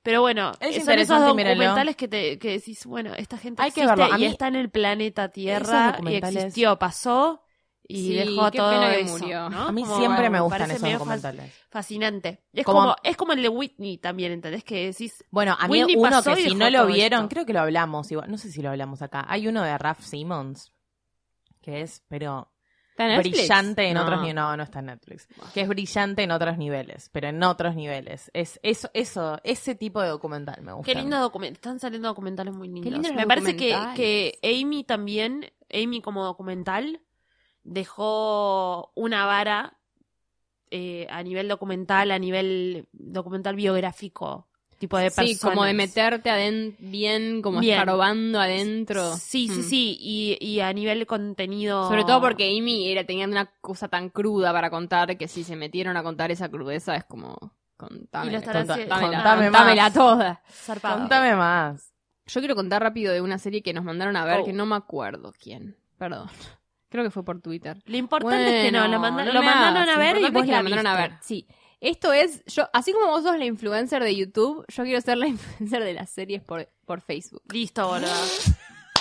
[SPEAKER 1] Pero bueno, eh,
[SPEAKER 3] Ah. Es
[SPEAKER 1] son esos
[SPEAKER 3] interesante, míralo.
[SPEAKER 1] documentales que, te, que decís, bueno, esta gente
[SPEAKER 3] Hay que
[SPEAKER 1] existe
[SPEAKER 3] verlo. A
[SPEAKER 1] y
[SPEAKER 3] mí-
[SPEAKER 1] está en el planeta
[SPEAKER 3] Esos
[SPEAKER 1] Tierra y
[SPEAKER 3] documentales-
[SPEAKER 1] existió, pasó y
[SPEAKER 2] Sí,
[SPEAKER 1] dejó
[SPEAKER 2] qué
[SPEAKER 1] todo
[SPEAKER 2] pena que
[SPEAKER 1] eso,
[SPEAKER 2] murió.
[SPEAKER 1] ¿no?
[SPEAKER 3] A mí
[SPEAKER 1] Como,
[SPEAKER 3] siempre
[SPEAKER 1] bueno,
[SPEAKER 3] me gustan
[SPEAKER 1] parece
[SPEAKER 3] esos
[SPEAKER 1] medio fa-
[SPEAKER 3] documentales.
[SPEAKER 1] Fascinante. Es
[SPEAKER 3] Como-
[SPEAKER 1] como, es como el de Whitney también, ¿entendés? Que decís,
[SPEAKER 3] Bueno, a mí
[SPEAKER 1] Whitney
[SPEAKER 3] uno
[SPEAKER 1] pasó
[SPEAKER 3] que
[SPEAKER 1] y
[SPEAKER 3] si
[SPEAKER 1] dejó
[SPEAKER 3] no lo
[SPEAKER 1] todo
[SPEAKER 3] vieron,
[SPEAKER 1] esto.
[SPEAKER 3] creo que lo hablamos igual, no sé si lo hablamos acá. Hay uno de Raf Simmons, que es, pero
[SPEAKER 2] ¿Está en Netflix?
[SPEAKER 3] brillante en
[SPEAKER 2] No.
[SPEAKER 3] otros niveles. No, no está en Netflix. Que es brillante en otros niveles, pero en otros niveles. Es eso, eso, ese tipo de documental me gusta.
[SPEAKER 1] Qué lindo documental. Están saliendo documentales muy lindos.
[SPEAKER 2] lindos los
[SPEAKER 1] Me parece que,
[SPEAKER 2] documentales.
[SPEAKER 1] que Amy también, Amy como documental, dejó una vara eh, a nivel documental, a nivel documental biográfico, tipo de personas.
[SPEAKER 2] Sí, como de meterte adentro, bien, como
[SPEAKER 1] Bien.
[SPEAKER 2] escarbando adentro.
[SPEAKER 1] Sí, sí,
[SPEAKER 2] Mm.
[SPEAKER 1] sí. Y, y a nivel contenido.
[SPEAKER 2] Sobre todo porque Amy era, tenía una cosa tan cruda para contar que si se metieron a contar esa crudeza es como.
[SPEAKER 1] Y lo
[SPEAKER 2] Contámela,
[SPEAKER 1] estará
[SPEAKER 2] contá-
[SPEAKER 1] haciendo-
[SPEAKER 2] contámela,
[SPEAKER 3] Contame más.
[SPEAKER 2] contámela toda.
[SPEAKER 1] Zarpado.
[SPEAKER 3] Contame más.
[SPEAKER 2] Yo quiero contar rápido de una serie que nos mandaron a ver
[SPEAKER 1] Oh.
[SPEAKER 2] que no me acuerdo quién. Perdón. Creo que fue por Twitter.
[SPEAKER 1] Lo importante es que no,
[SPEAKER 2] Bueno,
[SPEAKER 1] lo, manda-
[SPEAKER 2] no
[SPEAKER 1] lo
[SPEAKER 2] me
[SPEAKER 1] mandaron
[SPEAKER 2] hagas.
[SPEAKER 1] a ver y
[SPEAKER 2] Importante
[SPEAKER 1] vos
[SPEAKER 2] es que
[SPEAKER 1] la
[SPEAKER 2] lo mandaron a
[SPEAKER 1] viste.
[SPEAKER 2] ver. Sí. Esto es, yo, así como vos sos la influencer de YouTube, yo quiero ser la influencer de las series por, por Facebook.
[SPEAKER 1] Listo, boludo.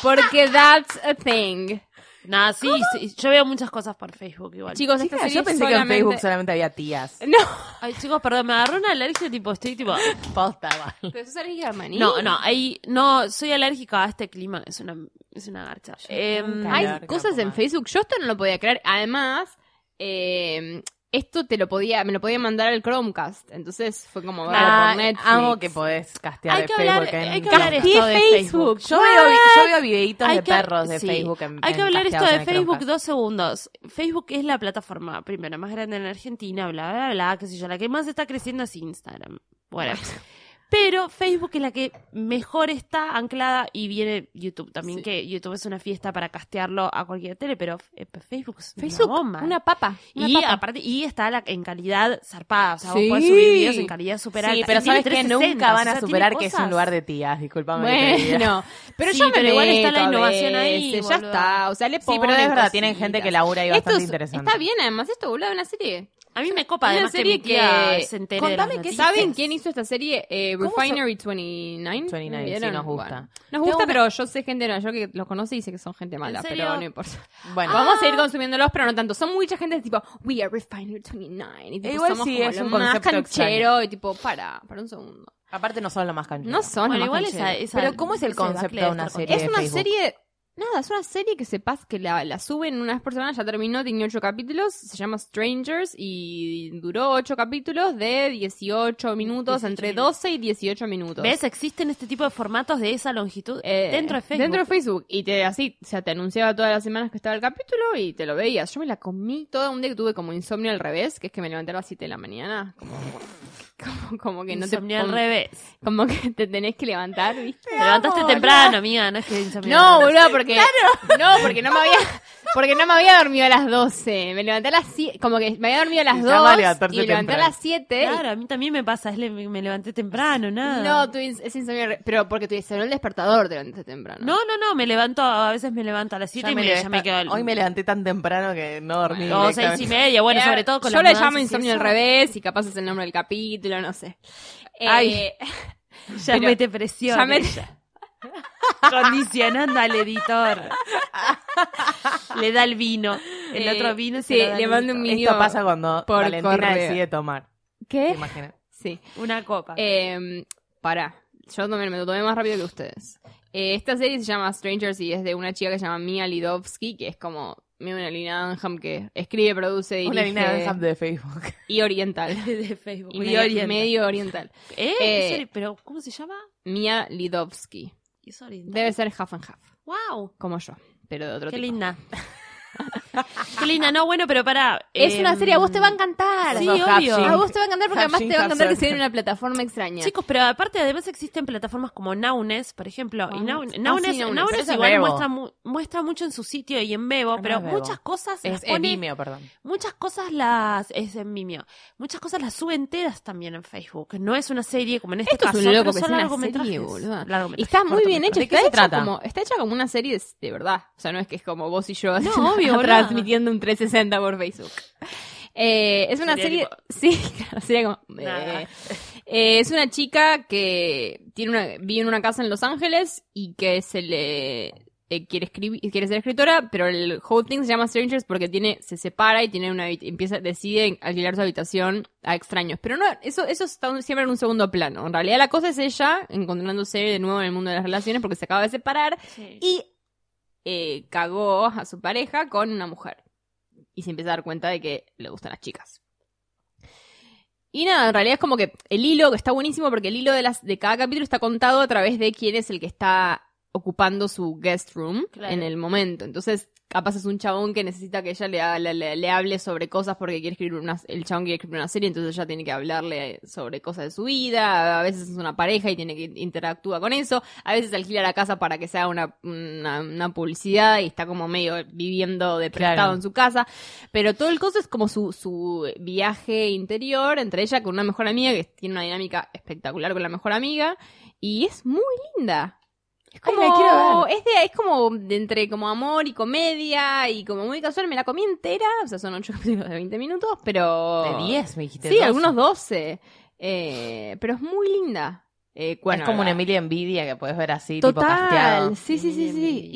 [SPEAKER 2] Porque that's a thing.
[SPEAKER 1] Nada, sí, sí, yo veo muchas cosas por Facebook igual.
[SPEAKER 2] Chicos, esta
[SPEAKER 3] Chica,
[SPEAKER 2] serie
[SPEAKER 3] yo pensé que en
[SPEAKER 2] solamente-
[SPEAKER 3] Facebook solamente había tías.
[SPEAKER 2] No.
[SPEAKER 1] Ay, chicos, perdón, me agarró una alergia, tipo, estoy tipo...
[SPEAKER 3] Posta, igual.
[SPEAKER 2] Pero sos alérgica al maní.
[SPEAKER 1] No, no, ahí, no, soy alérgica a este clima, es una, es una garcha. Em,
[SPEAKER 3] nunca
[SPEAKER 1] ay,
[SPEAKER 2] Hay
[SPEAKER 3] Calor,
[SPEAKER 2] cosas
[SPEAKER 3] capaz.
[SPEAKER 2] en Facebook. Yo esto no lo podía creer. Además, eh, esto te lo podía, me lo podía mandar al Chromecast. Entonces fue como verlo
[SPEAKER 3] Ah,
[SPEAKER 2] eh, por Netflix.
[SPEAKER 3] amo que podés castear
[SPEAKER 1] Hay
[SPEAKER 3] de
[SPEAKER 1] que
[SPEAKER 3] Facebook.
[SPEAKER 1] hablar-
[SPEAKER 3] en
[SPEAKER 1] hay que
[SPEAKER 3] Chromecast.
[SPEAKER 1] hablar esto de Facebook.
[SPEAKER 3] Yo veo, yo veo videitos
[SPEAKER 1] Hay
[SPEAKER 3] de
[SPEAKER 1] que-
[SPEAKER 3] perros de
[SPEAKER 1] sí.
[SPEAKER 3] Facebook. En,
[SPEAKER 1] hay que
[SPEAKER 3] en
[SPEAKER 1] hablar esto
[SPEAKER 3] casteados
[SPEAKER 1] de
[SPEAKER 3] en el
[SPEAKER 1] Facebook
[SPEAKER 3] Chromecast.
[SPEAKER 1] dos segundos. Facebook es la plataforma, primero, más grande en Argentina, bla, bla, bla, qué sé yo, la que más está creciendo es Instagram. Bueno. Pero Facebook es la que mejor está anclada y viene YouTube también,
[SPEAKER 2] Sí.
[SPEAKER 1] que YouTube es una fiesta para castearlo a cualquier tele, pero eh, Facebook es
[SPEAKER 2] Facebook,
[SPEAKER 1] una bomba.
[SPEAKER 2] una papa. una
[SPEAKER 1] Y
[SPEAKER 2] papa.
[SPEAKER 1] aparte, y está la, en calidad zarpada. O sea, vos
[SPEAKER 2] Sí.
[SPEAKER 1] podés subir videos en calidad super alta.
[SPEAKER 3] Sí, pero
[SPEAKER 1] Y
[SPEAKER 3] sabes
[SPEAKER 1] tiene
[SPEAKER 3] que
[SPEAKER 1] 360,
[SPEAKER 3] nunca van
[SPEAKER 1] o
[SPEAKER 3] a
[SPEAKER 1] sea,
[SPEAKER 3] superar
[SPEAKER 1] tiene
[SPEAKER 3] que es un
[SPEAKER 1] cosas.
[SPEAKER 3] lugar de tías. Disculpame. que te diga.
[SPEAKER 2] Bueno, pero
[SPEAKER 1] Sí,
[SPEAKER 2] yo me
[SPEAKER 1] pero igual está la
[SPEAKER 2] meto a
[SPEAKER 1] innovación ahí,
[SPEAKER 2] veces, Ya
[SPEAKER 1] boluda.
[SPEAKER 2] está, o sea, le
[SPEAKER 3] Sí, pero es
[SPEAKER 2] ponen
[SPEAKER 3] verdad, tienen
[SPEAKER 2] cositas.
[SPEAKER 3] gente que labura y
[SPEAKER 2] Esto
[SPEAKER 3] bastante
[SPEAKER 2] es-
[SPEAKER 3] interesante.
[SPEAKER 2] está bien, además esto, boludo, una serie.
[SPEAKER 1] A mí me copa,
[SPEAKER 2] Una
[SPEAKER 1] además,
[SPEAKER 2] serie
[SPEAKER 1] que, mi tía
[SPEAKER 2] que-
[SPEAKER 1] se entere de
[SPEAKER 3] contame
[SPEAKER 1] las
[SPEAKER 3] qué
[SPEAKER 1] noticias.
[SPEAKER 2] ¿Saben quién hizo esta serie? Eh,
[SPEAKER 3] ¿Cómo se-
[SPEAKER 2] Refinery 29.
[SPEAKER 3] 29, sí,
[SPEAKER 2] ¿Vieron?
[SPEAKER 3] nos gusta.
[SPEAKER 2] Bueno, nos gusta,
[SPEAKER 3] Tengo una-
[SPEAKER 2] pero yo sé gente de Nueva York que los conoce y dice que son gente mala,
[SPEAKER 1] ¿En serio?
[SPEAKER 2] pero no importa.
[SPEAKER 3] Bueno, Ah.
[SPEAKER 2] Vamos a seguir consumiéndolos, pero no tanto. Son mucha gente tipo, we are Refinery 29. Y tipo,
[SPEAKER 3] Igual
[SPEAKER 2] somos
[SPEAKER 3] sí,
[SPEAKER 2] como
[SPEAKER 3] es
[SPEAKER 2] lo
[SPEAKER 3] un
[SPEAKER 2] más
[SPEAKER 3] concepto
[SPEAKER 2] canchero
[SPEAKER 3] extraño.
[SPEAKER 2] y tipo, para, para un segundo.
[SPEAKER 3] aparte no son lo más canchero.
[SPEAKER 2] No son
[SPEAKER 1] Bueno,
[SPEAKER 2] lo más
[SPEAKER 1] igual esa-
[SPEAKER 2] cancheros.
[SPEAKER 1] esa-
[SPEAKER 3] Pero ¿cómo es el
[SPEAKER 1] ese debacle
[SPEAKER 3] concepto de una
[SPEAKER 1] estar con-
[SPEAKER 3] serie?
[SPEAKER 2] Es
[SPEAKER 3] de
[SPEAKER 2] una
[SPEAKER 3] Facebook.
[SPEAKER 2] serie. Nada, es una serie que sepas que la, la suben una vez por semana, ya terminó, tiene ocho capítulos, se llama Strangers y duró ocho capítulos de 18 minutos,
[SPEAKER 1] 18
[SPEAKER 2] entre
[SPEAKER 1] minutos.
[SPEAKER 2] 12 y 18 minutos.
[SPEAKER 1] ¿Ves? Existen este tipo de formatos de esa longitud
[SPEAKER 2] Eh,
[SPEAKER 1] dentro de Facebook.
[SPEAKER 2] Dentro de Facebook. Y te así, o sea, te anunciaba todas las semanas que estaba el capítulo y te lo veías. Yo me la comí toda un día que tuve como insomnio al revés, que es que me levanté a las 7 de la mañana. Como, como, como que no
[SPEAKER 1] Insomnio
[SPEAKER 2] te
[SPEAKER 1] al
[SPEAKER 2] pon-
[SPEAKER 1] revés.
[SPEAKER 2] Como que te tenés que levantar, ¿viste?
[SPEAKER 1] Te levantaste temprano, amiga, no es que insomnio
[SPEAKER 2] No,
[SPEAKER 1] al revés.
[SPEAKER 2] boludo, porque. No, porque no me había. Porque no me había dormido a las 12. Me levanté a las 7. Como que me había dormido a las
[SPEAKER 3] Y ya va a
[SPEAKER 2] 2.
[SPEAKER 3] levantarte
[SPEAKER 2] Y me levanté a
[SPEAKER 3] temprano.
[SPEAKER 2] las 7.
[SPEAKER 1] Claro, a mí también me pasa, es le- me levanté temprano, nada.
[SPEAKER 2] No, tu ins- es insomnio. re- Pero porque tu sonó el despertador te levantaste temprano.
[SPEAKER 1] No, no, no, me levanto, a veces me levanto a las 7 y me, ya me quedo.
[SPEAKER 3] Hoy me levanté tan temprano que no dormí.
[SPEAKER 1] O seis y
[SPEAKER 3] directamente.
[SPEAKER 1] media, bueno,
[SPEAKER 2] Eh,
[SPEAKER 1] sobre todo con
[SPEAKER 2] Yo
[SPEAKER 1] las
[SPEAKER 2] le
[SPEAKER 1] mudanzas
[SPEAKER 2] llamo
[SPEAKER 1] y
[SPEAKER 2] insomnio al
[SPEAKER 1] eso.
[SPEAKER 2] revés y capaz es el nombre del capítulo, no sé. Eh,
[SPEAKER 1] Ay. Ya
[SPEAKER 2] Pero-
[SPEAKER 1] mete presión. eh.
[SPEAKER 2] ya me-
[SPEAKER 1] ella. Condicionando al editor. le da el vino. El
[SPEAKER 2] Eh,
[SPEAKER 1] otro vino se
[SPEAKER 2] sí,
[SPEAKER 1] lo da al
[SPEAKER 2] le mando un
[SPEAKER 1] editor.
[SPEAKER 2] mini-
[SPEAKER 3] Esto pasa cuando
[SPEAKER 2] Por
[SPEAKER 3] Valentina
[SPEAKER 2] correo.
[SPEAKER 3] decide tomar. ¿Te
[SPEAKER 2] ¿Qué?
[SPEAKER 3] imaginas?
[SPEAKER 2] Sí.
[SPEAKER 1] Una copa.
[SPEAKER 2] Eh, pará. Yo también me lo tomé más rápido que ustedes. Eh, esta serie se llama Strangers y es de una chica que se llama Mia Lidovsky, que es como medio una Lina Dunham que escribe, produce, dirige
[SPEAKER 3] Una línea de Anham de Facebook.
[SPEAKER 2] y oriental.
[SPEAKER 1] de Facebook.
[SPEAKER 2] Y
[SPEAKER 1] Y
[SPEAKER 2] medio
[SPEAKER 1] oriental.
[SPEAKER 2] medio oriental.
[SPEAKER 1] ¿Eh?
[SPEAKER 2] eh,
[SPEAKER 1] ¿Es ori- ¿Pero cómo se llama?
[SPEAKER 2] Mia Lidovsky.
[SPEAKER 1] Es oriental.
[SPEAKER 2] Debe ser half and half,
[SPEAKER 1] ¡Wow!
[SPEAKER 2] como yo, pero de otro
[SPEAKER 1] Qué
[SPEAKER 2] tipo.
[SPEAKER 1] linda. Qué linda. No, bueno, pero para.
[SPEAKER 2] Es una serie, a vos te va a encantar.
[SPEAKER 1] Sí,
[SPEAKER 3] Los dos
[SPEAKER 1] obvio.
[SPEAKER 3] half-jeans.
[SPEAKER 2] A vos te va a encantar porque además
[SPEAKER 3] Half-jean,
[SPEAKER 2] te va a encantar que
[SPEAKER 3] half-jean.
[SPEAKER 2] sea en una plataforma extraña.
[SPEAKER 1] Chicos, pero aparte además existen plataformas como Naunes, por ejemplo, y Naun-
[SPEAKER 2] Ah, sí,
[SPEAKER 1] Naunes,
[SPEAKER 2] Naunes.
[SPEAKER 1] Naunes
[SPEAKER 3] Eso es
[SPEAKER 1] igual
[SPEAKER 3] Bebo.
[SPEAKER 1] muestra, mu- muestra mucho en su sitio y en Ah, Bebo,
[SPEAKER 3] No
[SPEAKER 1] pero
[SPEAKER 3] es Bebo.
[SPEAKER 1] muchas cosas
[SPEAKER 3] Es
[SPEAKER 1] las pone-
[SPEAKER 3] Vimeo, perdón.
[SPEAKER 1] muchas cosas las es en Vimeo, muchas cosas las sube enteras también en Facebook. No es una serie como en este
[SPEAKER 2] Esto es
[SPEAKER 1] caso,
[SPEAKER 2] un loco
[SPEAKER 1] pero
[SPEAKER 2] que es
[SPEAKER 1] son
[SPEAKER 2] una
[SPEAKER 1] largometrajes,
[SPEAKER 2] serie, boluda.
[SPEAKER 1] largometrajes,
[SPEAKER 2] Y está muy bien hecha.
[SPEAKER 1] cortometrajes.
[SPEAKER 3] ¿De qué
[SPEAKER 2] está,
[SPEAKER 3] se
[SPEAKER 2] hecha
[SPEAKER 3] trata?
[SPEAKER 2] Como, está hecha como una serie de, de verdad. O sea, no es que es como vos y yo
[SPEAKER 1] No, obvio, boluda.
[SPEAKER 2] transmitiendo un 360 por Facebook. Eh, es una
[SPEAKER 1] Sería
[SPEAKER 2] serie.
[SPEAKER 1] tipo-
[SPEAKER 2] Sí, claro, sería como. eh,
[SPEAKER 1] Nada.
[SPEAKER 2] eh, es una chica que tiene una, vive en una casa en Los Ángeles y que se le. eh, quiere escribir, quiere ser escritora, pero el whole thing se llama Strangers porque tiene, se separa y tiene una habit- empieza, decide alquilar su habitación a extraños. Pero no, eso, eso está siempre en un segundo plano. En realidad la cosa es ella encontrándose de nuevo en el mundo de las relaciones porque se acaba de separar y eh, cagó a su pareja con una mujer. Y se empieza a dar cuenta de que le gustan las chicas. Y nada, en realidad es como que el hilo, que está buenísimo porque el hilo de, las, de cada capítulo está contado a través de quién es el que está ocupando su guest room
[SPEAKER 1] Claro.
[SPEAKER 2] en el momento. Entonces, capaz es un chabón que necesita que ella le, ha- le- le- le hable sobre cosas porque quiere escribir una, el chabón quiere escribir una serie, entonces ella tiene que hablarle sobre cosas de su vida. A veces es una pareja y tiene que interactúa con eso. A veces alquila la casa para que sea una, una, una publicidad y está como medio viviendo de prestado
[SPEAKER 3] Claro.
[SPEAKER 2] en su casa. Pero todo el coso es como su, su viaje interior, entre ella con una mejor amiga, que tiene una dinámica espectacular con la mejor amiga, y es muy linda. Es
[SPEAKER 3] Ay,
[SPEAKER 2] como,
[SPEAKER 3] la quiero
[SPEAKER 2] es, de, es como de entre como amor y comedia y como muy casual, me la comí entera, o sea, son 8 capítulos de 20 minutos, pero...
[SPEAKER 3] De 10, me dijiste.
[SPEAKER 2] Sí,
[SPEAKER 3] 12.
[SPEAKER 2] algunos 12. Eh, pero es muy linda. Eh, bueno,
[SPEAKER 3] es como una
[SPEAKER 2] la-
[SPEAKER 3] Emilia Envidia que puedes ver así, tipo casteado.
[SPEAKER 2] Total, sí, sí, sí, sí.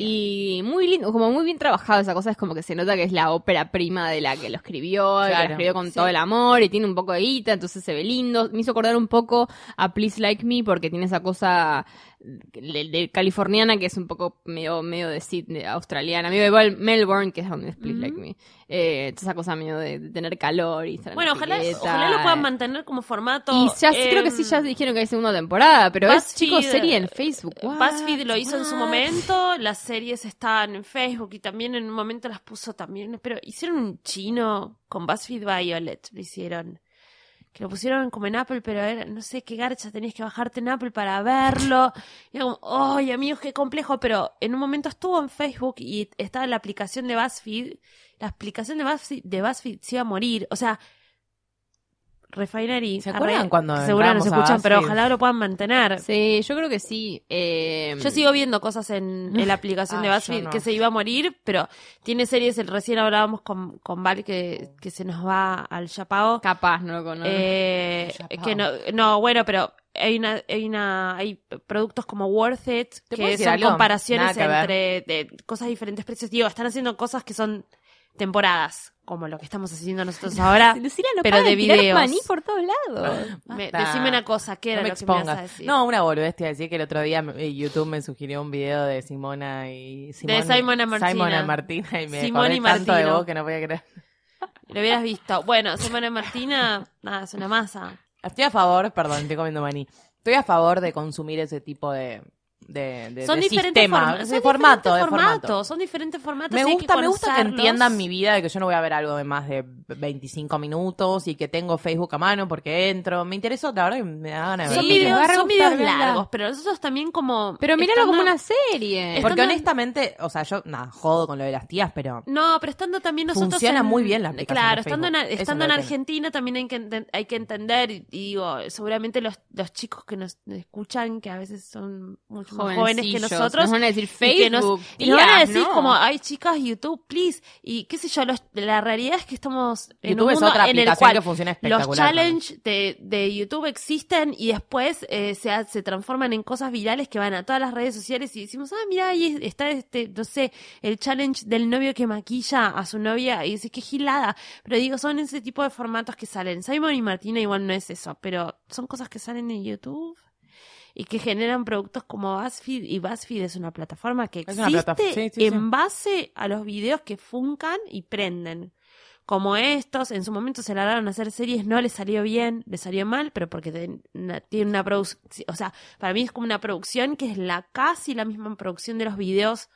[SPEAKER 2] Y muy lindo, como muy bien trabajado esa cosa, es como que se nota que es la ópera prima de la que lo escribió, y que la
[SPEAKER 3] Claro,
[SPEAKER 2] escribió con
[SPEAKER 1] sí.
[SPEAKER 2] todo el amor y tiene un poco de guita, entonces se ve lindo. Me hizo acordar un poco a Please Like Me porque tiene esa cosa de, de californiana que es un poco medio, medio de Sydney, australiana, medio igual Melbourne, que es donde es Please
[SPEAKER 1] Ujú.
[SPEAKER 2] Like Me. Eh, esa cosa medio de, de tener calor y estar en la
[SPEAKER 1] Bueno, ojalá,
[SPEAKER 2] pileta.
[SPEAKER 1] ojalá lo puedan mantener como formato.
[SPEAKER 2] Y ya sí, creo que
[SPEAKER 1] em,
[SPEAKER 2] sí, ya dijeron que hay segunda temporada, pero es
[SPEAKER 1] BuzzFeed, eh,
[SPEAKER 2] chicos serie en Facebook. What?
[SPEAKER 1] BuzzFeed lo hizo en su
[SPEAKER 2] What?
[SPEAKER 1] momento, las series estaban en Facebook y también en un momento las puso también, pero hicieron un chino con BuzzFeed Violet, lo hicieron. Que lo pusieron como en Apple, pero era- no sé qué garcha, tenías que bajarte en Apple para verlo. Y era como, ¡ay, amigos, qué complejo! Pero en un momento estuvo en Facebook y estaba la aplicación de BuzzFeed. La aplicación de BuzzFeed, de BuzzFeed se iba a morir. O sea, Refinery.
[SPEAKER 3] ¿Se acuerdan cuando
[SPEAKER 1] Seguro no se
[SPEAKER 3] entramos a
[SPEAKER 1] escuchan, pero
[SPEAKER 3] BuzzFeed?
[SPEAKER 1] ojalá lo puedan mantener.
[SPEAKER 2] Sí, yo creo que sí. eh,
[SPEAKER 1] Yo sigo viendo cosas en, en la aplicación
[SPEAKER 3] Ah,
[SPEAKER 1] de
[SPEAKER 3] yo
[SPEAKER 1] BuzzFeed
[SPEAKER 3] no.
[SPEAKER 1] que se iba a morir, pero tiene series, el, recién hablábamos con, con Val que, que se nos va al Chapao.
[SPEAKER 2] Capaz, no lo conozco.
[SPEAKER 1] Eh,
[SPEAKER 3] Al Yapao.
[SPEAKER 1] que no, no, bueno, pero hay una, hay una, hay productos como Worth It,
[SPEAKER 3] ¿Te puedo
[SPEAKER 1] que
[SPEAKER 3] decir
[SPEAKER 1] son
[SPEAKER 3] algo?
[SPEAKER 1] comparaciones
[SPEAKER 3] Nada
[SPEAKER 1] entre de cosas de diferentes precios. Digo, están haciendo cosas que son temporadas, como lo que estamos haciendo nosotros ahora.
[SPEAKER 2] Lucila no
[SPEAKER 1] pero
[SPEAKER 2] para
[SPEAKER 1] de
[SPEAKER 2] de tirar
[SPEAKER 1] videos.
[SPEAKER 2] maní por todos lados.
[SPEAKER 1] Me-
[SPEAKER 3] Basta.
[SPEAKER 1] decime una cosa, ¿qué era
[SPEAKER 3] no me
[SPEAKER 1] lo que me ibas a
[SPEAKER 3] expongas.
[SPEAKER 1] decir?
[SPEAKER 3] No, una boludez te iba a decir que el otro día eh, YouTube me sugirió un video de Simona y Simón-
[SPEAKER 1] Simon and Martina.
[SPEAKER 3] Simon and Martina y me
[SPEAKER 1] Simón
[SPEAKER 3] acordé
[SPEAKER 1] y
[SPEAKER 3] tanto de
[SPEAKER 1] Martino.
[SPEAKER 3] vos que no podía creer.
[SPEAKER 1] Lo hubieras visto. Bueno, Semana Martina, nada, es una masa.
[SPEAKER 3] Estoy a favor, perdón, estoy comiendo maní. Estoy a favor de consumir ese tipo de de, de-
[SPEAKER 1] son
[SPEAKER 3] de
[SPEAKER 1] diferentes
[SPEAKER 3] sistema,
[SPEAKER 1] forma-
[SPEAKER 3] de
[SPEAKER 1] son
[SPEAKER 3] formato,
[SPEAKER 1] diferentes
[SPEAKER 3] de formato.
[SPEAKER 1] formatos, son diferentes formatos.
[SPEAKER 3] Me
[SPEAKER 1] y hay
[SPEAKER 3] gusta, me gusta que
[SPEAKER 1] conocerlos.
[SPEAKER 3] entiendan mi vida de que yo no voy a ver algo de más de 25 minutos y que tengo Facebook a mano porque entro. Me interesa, la verdad que me da ganas de
[SPEAKER 1] Son
[SPEAKER 3] ver.
[SPEAKER 2] Sí, les va a
[SPEAKER 1] videos, son
[SPEAKER 2] gustar
[SPEAKER 1] videos
[SPEAKER 2] verla.
[SPEAKER 1] largos, pero nosotros también como.
[SPEAKER 2] Pero míralo como
[SPEAKER 1] estando-
[SPEAKER 2] una serie.
[SPEAKER 1] Por-
[SPEAKER 3] Porque
[SPEAKER 1] Estando-
[SPEAKER 3] honestamente, o sea, yo nada, jodo con lo de las tías, pero
[SPEAKER 1] No, pero estando también nosotros.
[SPEAKER 3] Funciona muy bien la aplicación
[SPEAKER 1] Claro,
[SPEAKER 3] de
[SPEAKER 1] estando en,
[SPEAKER 3] Facebook. Eso
[SPEAKER 1] estando
[SPEAKER 3] es
[SPEAKER 1] en
[SPEAKER 3] lo que-
[SPEAKER 1] Argentina también hay que, enten- hay que entender, y, y digo, seguramente los, los chicos que nos escuchan, que a veces son mucho más jóvenes que
[SPEAKER 2] Jovencillos.
[SPEAKER 1] nosotros,
[SPEAKER 2] Nos van a decir
[SPEAKER 1] y que nos-
[SPEAKER 2] Facebook.
[SPEAKER 1] y nos van a
[SPEAKER 2] tías,
[SPEAKER 1] decir
[SPEAKER 2] ¿no?
[SPEAKER 1] como, ay chicas, YouTube, please. Y qué sé yo, los- la realidad es que estamos en
[SPEAKER 3] YouTube
[SPEAKER 1] un
[SPEAKER 3] es
[SPEAKER 1] mundo
[SPEAKER 3] otra
[SPEAKER 1] en el
[SPEAKER 3] aplicación
[SPEAKER 1] cual
[SPEAKER 3] que funciona espectacular.
[SPEAKER 1] los challenge de, de YouTube existen y después eh, se, ha- se transforman en cosas virales que van a todas las redes sociales y decimos, ah, mira, ahí está este, no sé, el challenge del novio que maquilla a su novia y dices, qué gilada. Pero digo, son ese tipo de formatos que salen. Simon y Martina igual no es eso, pero son cosas que salen en YouTube y que generan productos como BuzzFeed y BuzzFeed es una plataforma que
[SPEAKER 3] Es
[SPEAKER 1] existe
[SPEAKER 3] una plata- sí, sí,
[SPEAKER 1] en
[SPEAKER 3] sí.
[SPEAKER 1] base a los videos que funcan y prenden. Como estos, en su momento se largaron a hacer series, no les salió bien, les salió mal, pero porque ten- na- tiene una producción, o sea, para mí es como una producción que es la casi la misma producción de los videos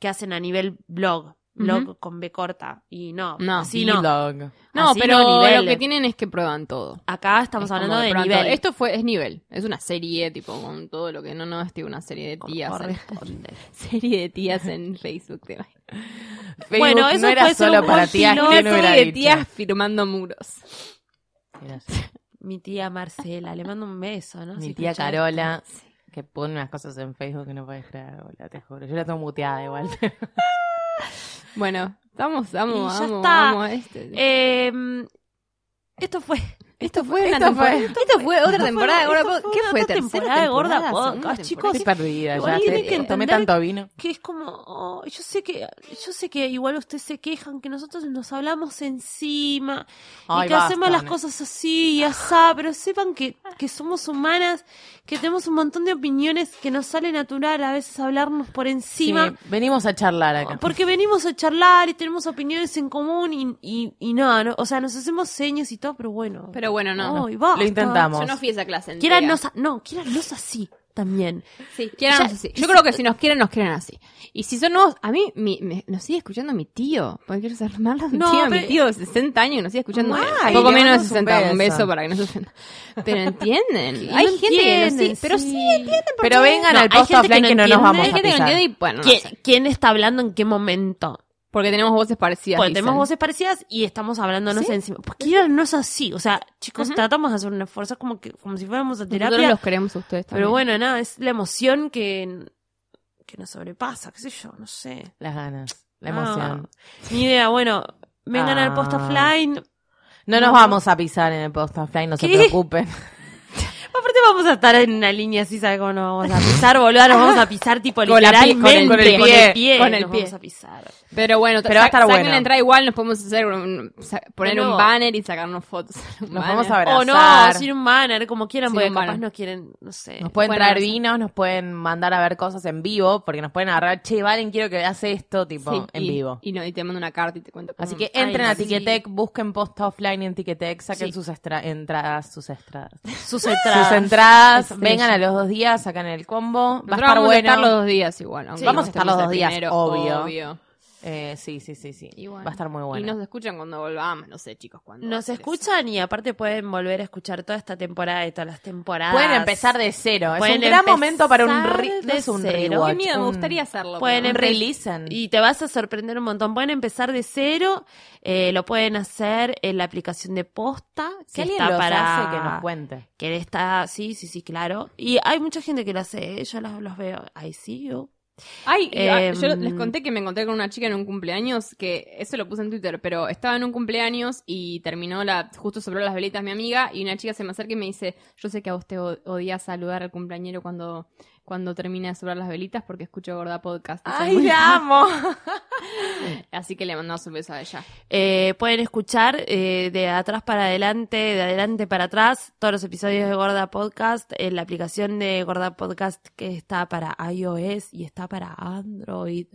[SPEAKER 1] que hacen a nivel blog, blog
[SPEAKER 2] Ujú.
[SPEAKER 1] con B corta y no,
[SPEAKER 2] No,
[SPEAKER 1] así no.
[SPEAKER 3] Vlog.
[SPEAKER 2] No,
[SPEAKER 1] así no,
[SPEAKER 2] pero
[SPEAKER 1] nivel.
[SPEAKER 2] lo que tienen es que prueban todo.
[SPEAKER 1] Acá estamos
[SPEAKER 2] Es como
[SPEAKER 1] hablando
[SPEAKER 2] que
[SPEAKER 1] de
[SPEAKER 2] prueban
[SPEAKER 1] nivel.
[SPEAKER 2] todo. Esto fue, es nivel. Es una serie, tipo, con todo lo que no, no es tipo una serie de
[SPEAKER 1] como
[SPEAKER 2] tías.
[SPEAKER 1] corresponde.
[SPEAKER 2] Serie de tías en Facebook. te imaginas.
[SPEAKER 3] Facebook
[SPEAKER 1] Bueno, eso
[SPEAKER 3] no era
[SPEAKER 1] puede ser
[SPEAKER 3] solo
[SPEAKER 1] un
[SPEAKER 3] para
[SPEAKER 1] buen
[SPEAKER 3] tías,
[SPEAKER 1] piloto
[SPEAKER 3] ¿quién lo hubiera
[SPEAKER 2] serie de
[SPEAKER 3] dicho?
[SPEAKER 2] tías firmando muros.
[SPEAKER 3] Mira,
[SPEAKER 1] Mi tía Marcela, le mando un beso, ¿no?
[SPEAKER 3] Mi
[SPEAKER 1] Si
[SPEAKER 3] tía
[SPEAKER 1] escucha
[SPEAKER 3] Carola, que pone unas cosas en Facebook que no puedes creer, boludo, te juro. Yo la tengo muteada igual.
[SPEAKER 2] Bueno, vamos, vamos,
[SPEAKER 1] Y ya
[SPEAKER 2] vamos,
[SPEAKER 1] está.
[SPEAKER 2] vamos a este.
[SPEAKER 1] Eh, Em, esto fue
[SPEAKER 2] Esto fue una
[SPEAKER 3] Esto
[SPEAKER 2] temporada.
[SPEAKER 3] fue-
[SPEAKER 2] esto fue otra temporada de Gorda
[SPEAKER 1] esto
[SPEAKER 2] Podcast. ¿Qué
[SPEAKER 1] una
[SPEAKER 2] fue?
[SPEAKER 1] otra
[SPEAKER 2] ¿Tercera
[SPEAKER 1] temporada de Gorda
[SPEAKER 2] temporada?
[SPEAKER 1] Podcast,
[SPEAKER 2] Segunda
[SPEAKER 1] chicos.
[SPEAKER 2] temporada.
[SPEAKER 3] Estoy perdida,
[SPEAKER 1] Igual
[SPEAKER 3] ya
[SPEAKER 1] tienen
[SPEAKER 3] sé,
[SPEAKER 1] que
[SPEAKER 3] tomé
[SPEAKER 1] entender-
[SPEAKER 3] tanto vino.
[SPEAKER 1] que es como, oh, yo sé que, yo sé que igual ustedes se quejan que nosotros nos hablamos encima y
[SPEAKER 3] Ay,
[SPEAKER 1] que hacemos
[SPEAKER 3] basta,
[SPEAKER 1] las
[SPEAKER 3] ne-
[SPEAKER 1] cosas así y asá, pero sepan que, que somos humanas, que tenemos un montón de opiniones que nos sale natural a veces hablarnos por
[SPEAKER 3] Sí,
[SPEAKER 1] encima.
[SPEAKER 3] venimos a charlar
[SPEAKER 2] Ah.
[SPEAKER 3] acá.
[SPEAKER 1] Porque venimos a charlar y tenemos opiniones en común y, y, y nada, no, o sea, nos hacemos señas y todo, pero bueno.
[SPEAKER 2] Pero bueno, no.
[SPEAKER 1] Ay, basta.
[SPEAKER 3] Lo intentamos.
[SPEAKER 2] Yo no fui a esa clase. entera.
[SPEAKER 1] Quiérannos a- no, quiérannos así también.
[SPEAKER 2] Sí, quiérannos
[SPEAKER 1] Ya-
[SPEAKER 2] así. Yo creo que si nos quieren, nos quieren así. Y si son nuevos, a mí mi- me- nos sigue escuchando mi tío. Porque quiero ser malo de un
[SPEAKER 1] No,
[SPEAKER 2] tío, mi
[SPEAKER 1] pero-
[SPEAKER 2] tío de 60 años y nos sigue escuchando.
[SPEAKER 3] Guay,
[SPEAKER 2] un poco
[SPEAKER 3] le
[SPEAKER 2] menos de
[SPEAKER 3] mandamos
[SPEAKER 2] 60, un beso.
[SPEAKER 3] un beso.
[SPEAKER 2] para que no se ofenda. Pero entienden.
[SPEAKER 1] No
[SPEAKER 2] hay gente que no
[SPEAKER 1] entienden,
[SPEAKER 2] sí, pero sí entienden. ¿por
[SPEAKER 3] Pero
[SPEAKER 2] qué?
[SPEAKER 3] vengan
[SPEAKER 1] No, hay
[SPEAKER 3] al post
[SPEAKER 1] gente que
[SPEAKER 3] offline
[SPEAKER 1] no
[SPEAKER 3] que no, nos
[SPEAKER 1] entiende,
[SPEAKER 3] vamos
[SPEAKER 2] Hay
[SPEAKER 3] a
[SPEAKER 2] gente que no
[SPEAKER 3] pisar.
[SPEAKER 2] entiende y bueno, no
[SPEAKER 1] ¿Qui-
[SPEAKER 2] sé.
[SPEAKER 1] ¿Quién está hablando en qué momento?
[SPEAKER 2] porque tenemos voces parecidas.
[SPEAKER 1] Porque tenemos
[SPEAKER 2] dicen.
[SPEAKER 1] voces parecidas y estamos hablándonos
[SPEAKER 2] Sí.
[SPEAKER 1] encima. Pues no es así. O sea, chicos,
[SPEAKER 2] Ujú.
[SPEAKER 1] tratamos de hacer un esfuerzo como que como si fuéramos a
[SPEAKER 2] Nosotros
[SPEAKER 1] terapia.
[SPEAKER 2] los queremos a ustedes también.
[SPEAKER 1] Pero bueno, nada, es la emoción que, que nos sobrepasa, qué sé yo, no sé.
[SPEAKER 3] Las ganas, la emoción.
[SPEAKER 1] Ah, ni idea, bueno, vengan al post
[SPEAKER 3] Ah.
[SPEAKER 1] offline.
[SPEAKER 3] No nos vamos a pisar en el post offline, no
[SPEAKER 1] ¿Qué?
[SPEAKER 3] se preocupen.
[SPEAKER 1] Aparte vamos a estar en una línea así, ¿sabes cómo nos vamos a pisar, boludo? Nos vamos a pisar tipo
[SPEAKER 2] Con la
[SPEAKER 1] literalmente.
[SPEAKER 2] pi- con el- con el pie, con el
[SPEAKER 1] nos
[SPEAKER 2] pie.
[SPEAKER 1] vamos a pisar.
[SPEAKER 2] Pero bueno,
[SPEAKER 3] Pero va a estar
[SPEAKER 2] saquen
[SPEAKER 3] bueno.
[SPEAKER 2] la entrada igual, nos podemos hacer un- sa- poner
[SPEAKER 1] De
[SPEAKER 2] un
[SPEAKER 1] nuevo.
[SPEAKER 2] banner y sacarnos fotos. Un
[SPEAKER 3] Nos
[SPEAKER 2] banner.
[SPEAKER 3] vamos a ver.
[SPEAKER 1] O no,
[SPEAKER 3] Abrazar.
[SPEAKER 1] sin un banner, como quieran,
[SPEAKER 2] Sin
[SPEAKER 1] porque
[SPEAKER 2] un
[SPEAKER 1] capaz
[SPEAKER 2] banner.
[SPEAKER 1] no quieren, no sé.
[SPEAKER 3] Nos pueden
[SPEAKER 2] Bueno,
[SPEAKER 3] traer
[SPEAKER 2] no sé.
[SPEAKER 3] vinos, nos pueden mandar a ver cosas en vivo, porque nos pueden agarrar, che, Valen, quiero que veas esto, tipo,
[SPEAKER 2] Sí,
[SPEAKER 3] en
[SPEAKER 2] y-
[SPEAKER 3] vivo.
[SPEAKER 2] Y, no, y te mando una carta y te cuento. cómo-
[SPEAKER 3] Así que
[SPEAKER 1] Mm. Ay,
[SPEAKER 3] entren a
[SPEAKER 1] sí.
[SPEAKER 3] Ticketek, busquen post offline en Ticketek, saquen
[SPEAKER 1] Sí.
[SPEAKER 3] sus estra- entradas, sus estradas.
[SPEAKER 1] Sus
[SPEAKER 3] Sus
[SPEAKER 1] entradas.
[SPEAKER 3] entradas,
[SPEAKER 1] Estrella.
[SPEAKER 3] vengan a los dos días, sacan el combo. Va a
[SPEAKER 2] Nosotros
[SPEAKER 3] estar
[SPEAKER 2] vamos
[SPEAKER 3] bueno.
[SPEAKER 2] a estar los dos días igual. aunque
[SPEAKER 3] Vamos a
[SPEAKER 2] no
[SPEAKER 3] estar los
[SPEAKER 2] estemos
[SPEAKER 3] dos
[SPEAKER 2] el
[SPEAKER 3] días,
[SPEAKER 2] primero,
[SPEAKER 3] obvio. Eh, sí, sí, sí, sí.
[SPEAKER 2] Y bueno.
[SPEAKER 3] Va a estar muy
[SPEAKER 2] Y
[SPEAKER 3] bueno.
[SPEAKER 2] nos escuchan cuando volvamos, no sé, chicos, cuando.
[SPEAKER 1] Nos escuchan y aparte pueden volver a escuchar toda esta temporada y todas las temporadas.
[SPEAKER 3] Pueden empezar de cero. Es un
[SPEAKER 1] Pueden
[SPEAKER 3] gran momento para un,
[SPEAKER 1] empezar
[SPEAKER 3] re- no
[SPEAKER 1] de
[SPEAKER 3] es un
[SPEAKER 1] cero.
[SPEAKER 3] rewatch,
[SPEAKER 2] Qué miedo, me
[SPEAKER 3] un-
[SPEAKER 2] gustaría hacerlo.
[SPEAKER 1] Pueden
[SPEAKER 3] un
[SPEAKER 2] pero-
[SPEAKER 1] empe-
[SPEAKER 3] re-listen.
[SPEAKER 1] Y te vas a sorprender un montón. Pueden empezar de cero, eh, lo pueden hacer en la aplicación de posta, que
[SPEAKER 3] Si alguien
[SPEAKER 1] está
[SPEAKER 3] los
[SPEAKER 1] para...
[SPEAKER 3] hace, que nos cuente.
[SPEAKER 1] que está, sí, sí, sí, claro. Y hay mucha gente que lo hace, ¿eh? yo las- los, veo. Ahí sí, yo.
[SPEAKER 2] Ay, y, ah,
[SPEAKER 1] Em,
[SPEAKER 2] yo les conté que me encontré con una chica en un cumpleaños, que eso lo puse en Twitter, pero estaba en un cumpleaños y terminó la, justo sobre las velitas mi amiga, y una chica se me acerca y me dice, yo sé que a vos te o- odias saludar al cumpleañero cuando, cuando termina de sobrar las velitas porque escucho Gorda Podcast. y soy muy
[SPEAKER 3] la amo!
[SPEAKER 2] fan". Así que le mandamos un beso a ella.
[SPEAKER 1] Eh, pueden escuchar eh, de atrás para adelante, de adelante para atrás, todos los episodios de Gorda Podcast, en la aplicación de Gorda Podcast que está para iOS y está para Android.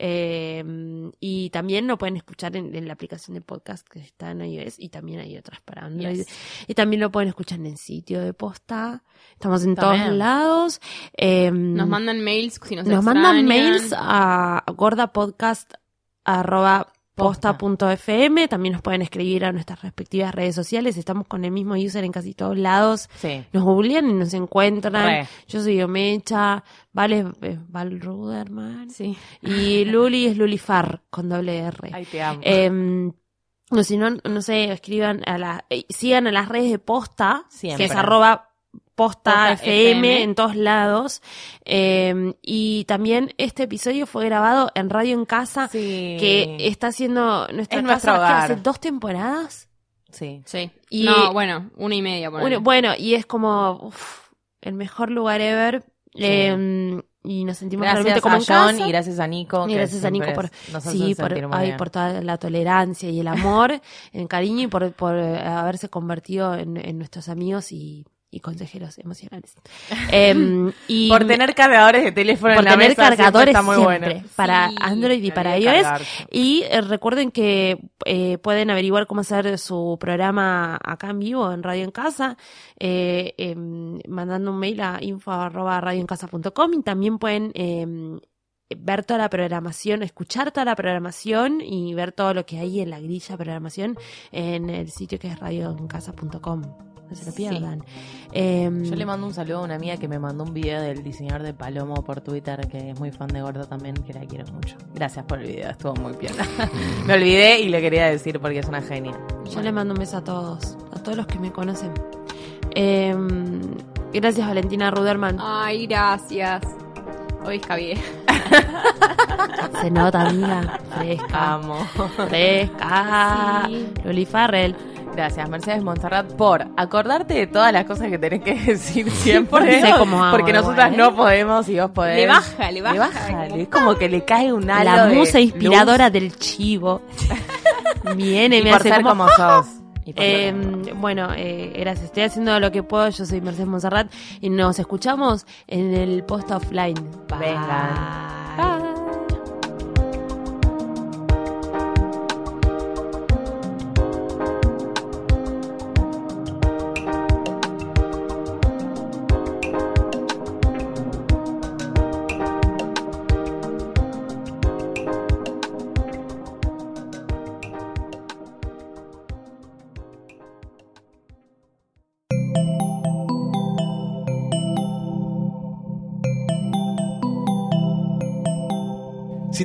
[SPEAKER 1] Eh, y también lo pueden escuchar en, en la aplicación de podcast que está en iOS y también hay otras para Android.
[SPEAKER 2] Yes.
[SPEAKER 1] Y también lo pueden escuchar en el sitio de posta. Estamos en todos
[SPEAKER 3] También.
[SPEAKER 1] lados. Eh,
[SPEAKER 2] Nos mandan mails si nos,
[SPEAKER 1] Nos mandan
[SPEAKER 2] extrañan.
[SPEAKER 1] mails a gordapodcast.posta.fm. También nos pueden escribir a nuestras respectivas redes sociales. Estamos con el mismo user en casi todos lados.
[SPEAKER 3] Sí.
[SPEAKER 1] Nos googlean y nos encuentran.
[SPEAKER 3] Re.
[SPEAKER 1] Yo soy Omecha. Val es es Val Ruderman.
[SPEAKER 2] Sí.
[SPEAKER 1] Y Luli es Lulifar con doble R.
[SPEAKER 3] Ay, te amo.
[SPEAKER 1] Eh, o si no, no sé, escriban a la, eh, sigan a las redes de posta,
[SPEAKER 3] Siempre.
[SPEAKER 1] que es arroba posta,
[SPEAKER 2] Posta
[SPEAKER 1] FM,
[SPEAKER 2] FM.
[SPEAKER 1] en todos lados. Eh, y también este episodio fue grabado en Radio en Casa,
[SPEAKER 3] sí.
[SPEAKER 1] que está haciendo nuestra
[SPEAKER 3] Es
[SPEAKER 1] casa
[SPEAKER 3] nuestro
[SPEAKER 1] que
[SPEAKER 3] hogar.
[SPEAKER 1] hace dos temporadas.
[SPEAKER 3] Sí.
[SPEAKER 2] Sí.
[SPEAKER 1] Y-
[SPEAKER 2] no, bueno, una y media. ponele.
[SPEAKER 1] Bueno, bueno, y es como uf, el mejor lugar ever. Eh, y nos sentimos realmente
[SPEAKER 3] Gracias
[SPEAKER 1] como
[SPEAKER 3] a
[SPEAKER 1] en
[SPEAKER 3] John
[SPEAKER 1] casa.
[SPEAKER 3] y gracias a Nico.
[SPEAKER 1] Y
[SPEAKER 3] que
[SPEAKER 1] gracias a
[SPEAKER 3] siempre
[SPEAKER 1] Nico por-
[SPEAKER 3] nos hacen
[SPEAKER 1] Sí, por,
[SPEAKER 3] sentir muy
[SPEAKER 1] ay,
[SPEAKER 3] bien.
[SPEAKER 1] por toda la tolerancia y el amor, el cariño y por, por eh, haberse convertido en, en nuestros amigos y, y consejeros emocionales. Em, y
[SPEAKER 3] Por tener cargadores de teléfono
[SPEAKER 1] por
[SPEAKER 3] en la
[SPEAKER 1] tener
[SPEAKER 3] mesa, siempre
[SPEAKER 1] cargadores
[SPEAKER 3] está muy bueno.
[SPEAKER 1] siempre, para
[SPEAKER 2] Sí,
[SPEAKER 1] Android y para
[SPEAKER 3] Debería
[SPEAKER 1] iOS.
[SPEAKER 3] cargarse.
[SPEAKER 1] Y eh, recuerden que eh, pueden averiguar cómo hacer su programa acá en vivo en Radio en Casa, eh, em, mandando un mail a info.radioencasa.com y también pueden em, ver toda la programación, escuchar toda la programación y ver todo lo que hay en la grilla de programación en el sitio que es radioencasa.com. No se lo
[SPEAKER 2] Sí.
[SPEAKER 1] pierdan. Em,
[SPEAKER 3] Yo le mando un saludo a una amiga que me mandó un video del diseñador de Palomo por Twitter, que es muy fan de Gordo también, que la quiero mucho. Gracias por el video, estuvo muy piola. me olvidé y le quería decir porque es una genia.
[SPEAKER 1] Yo le mando un beso a todos, a todos los que me conocen. Em, gracias Valentina Ruderman.
[SPEAKER 2] Ay, gracias. Hoy Javier.
[SPEAKER 1] Se
[SPEAKER 3] Ah.
[SPEAKER 1] nota, amiga. Fresca.
[SPEAKER 3] Amo.
[SPEAKER 1] Fresca.
[SPEAKER 2] Sí.
[SPEAKER 1] Loli Farrell.
[SPEAKER 3] Gracias, Mercedes Montserrat, por acordarte de todas las cosas que tenés que decir siempre.
[SPEAKER 1] Sé cómo amo,
[SPEAKER 3] porque nosotras
[SPEAKER 1] igual, ¿eh?
[SPEAKER 3] no podemos y vos podés.
[SPEAKER 2] Le baja, le baja.
[SPEAKER 3] Le baja, es como que le cae un halo
[SPEAKER 1] La
[SPEAKER 3] de
[SPEAKER 1] musa
[SPEAKER 3] luz.
[SPEAKER 1] inspiradora del chivo. Viene,
[SPEAKER 3] Y
[SPEAKER 1] me
[SPEAKER 3] por
[SPEAKER 1] hace
[SPEAKER 3] ser
[SPEAKER 1] como...
[SPEAKER 3] como, sos. Y por
[SPEAKER 1] Eh,
[SPEAKER 3] ser-
[SPEAKER 1] bueno, eh, gracias. Estoy haciendo lo que puedo. Yo soy Mercedes Monserrat y nos escuchamos en el post offline. Bye.
[SPEAKER 3] Vengan.
[SPEAKER 1] Bye.
[SPEAKER 4] Si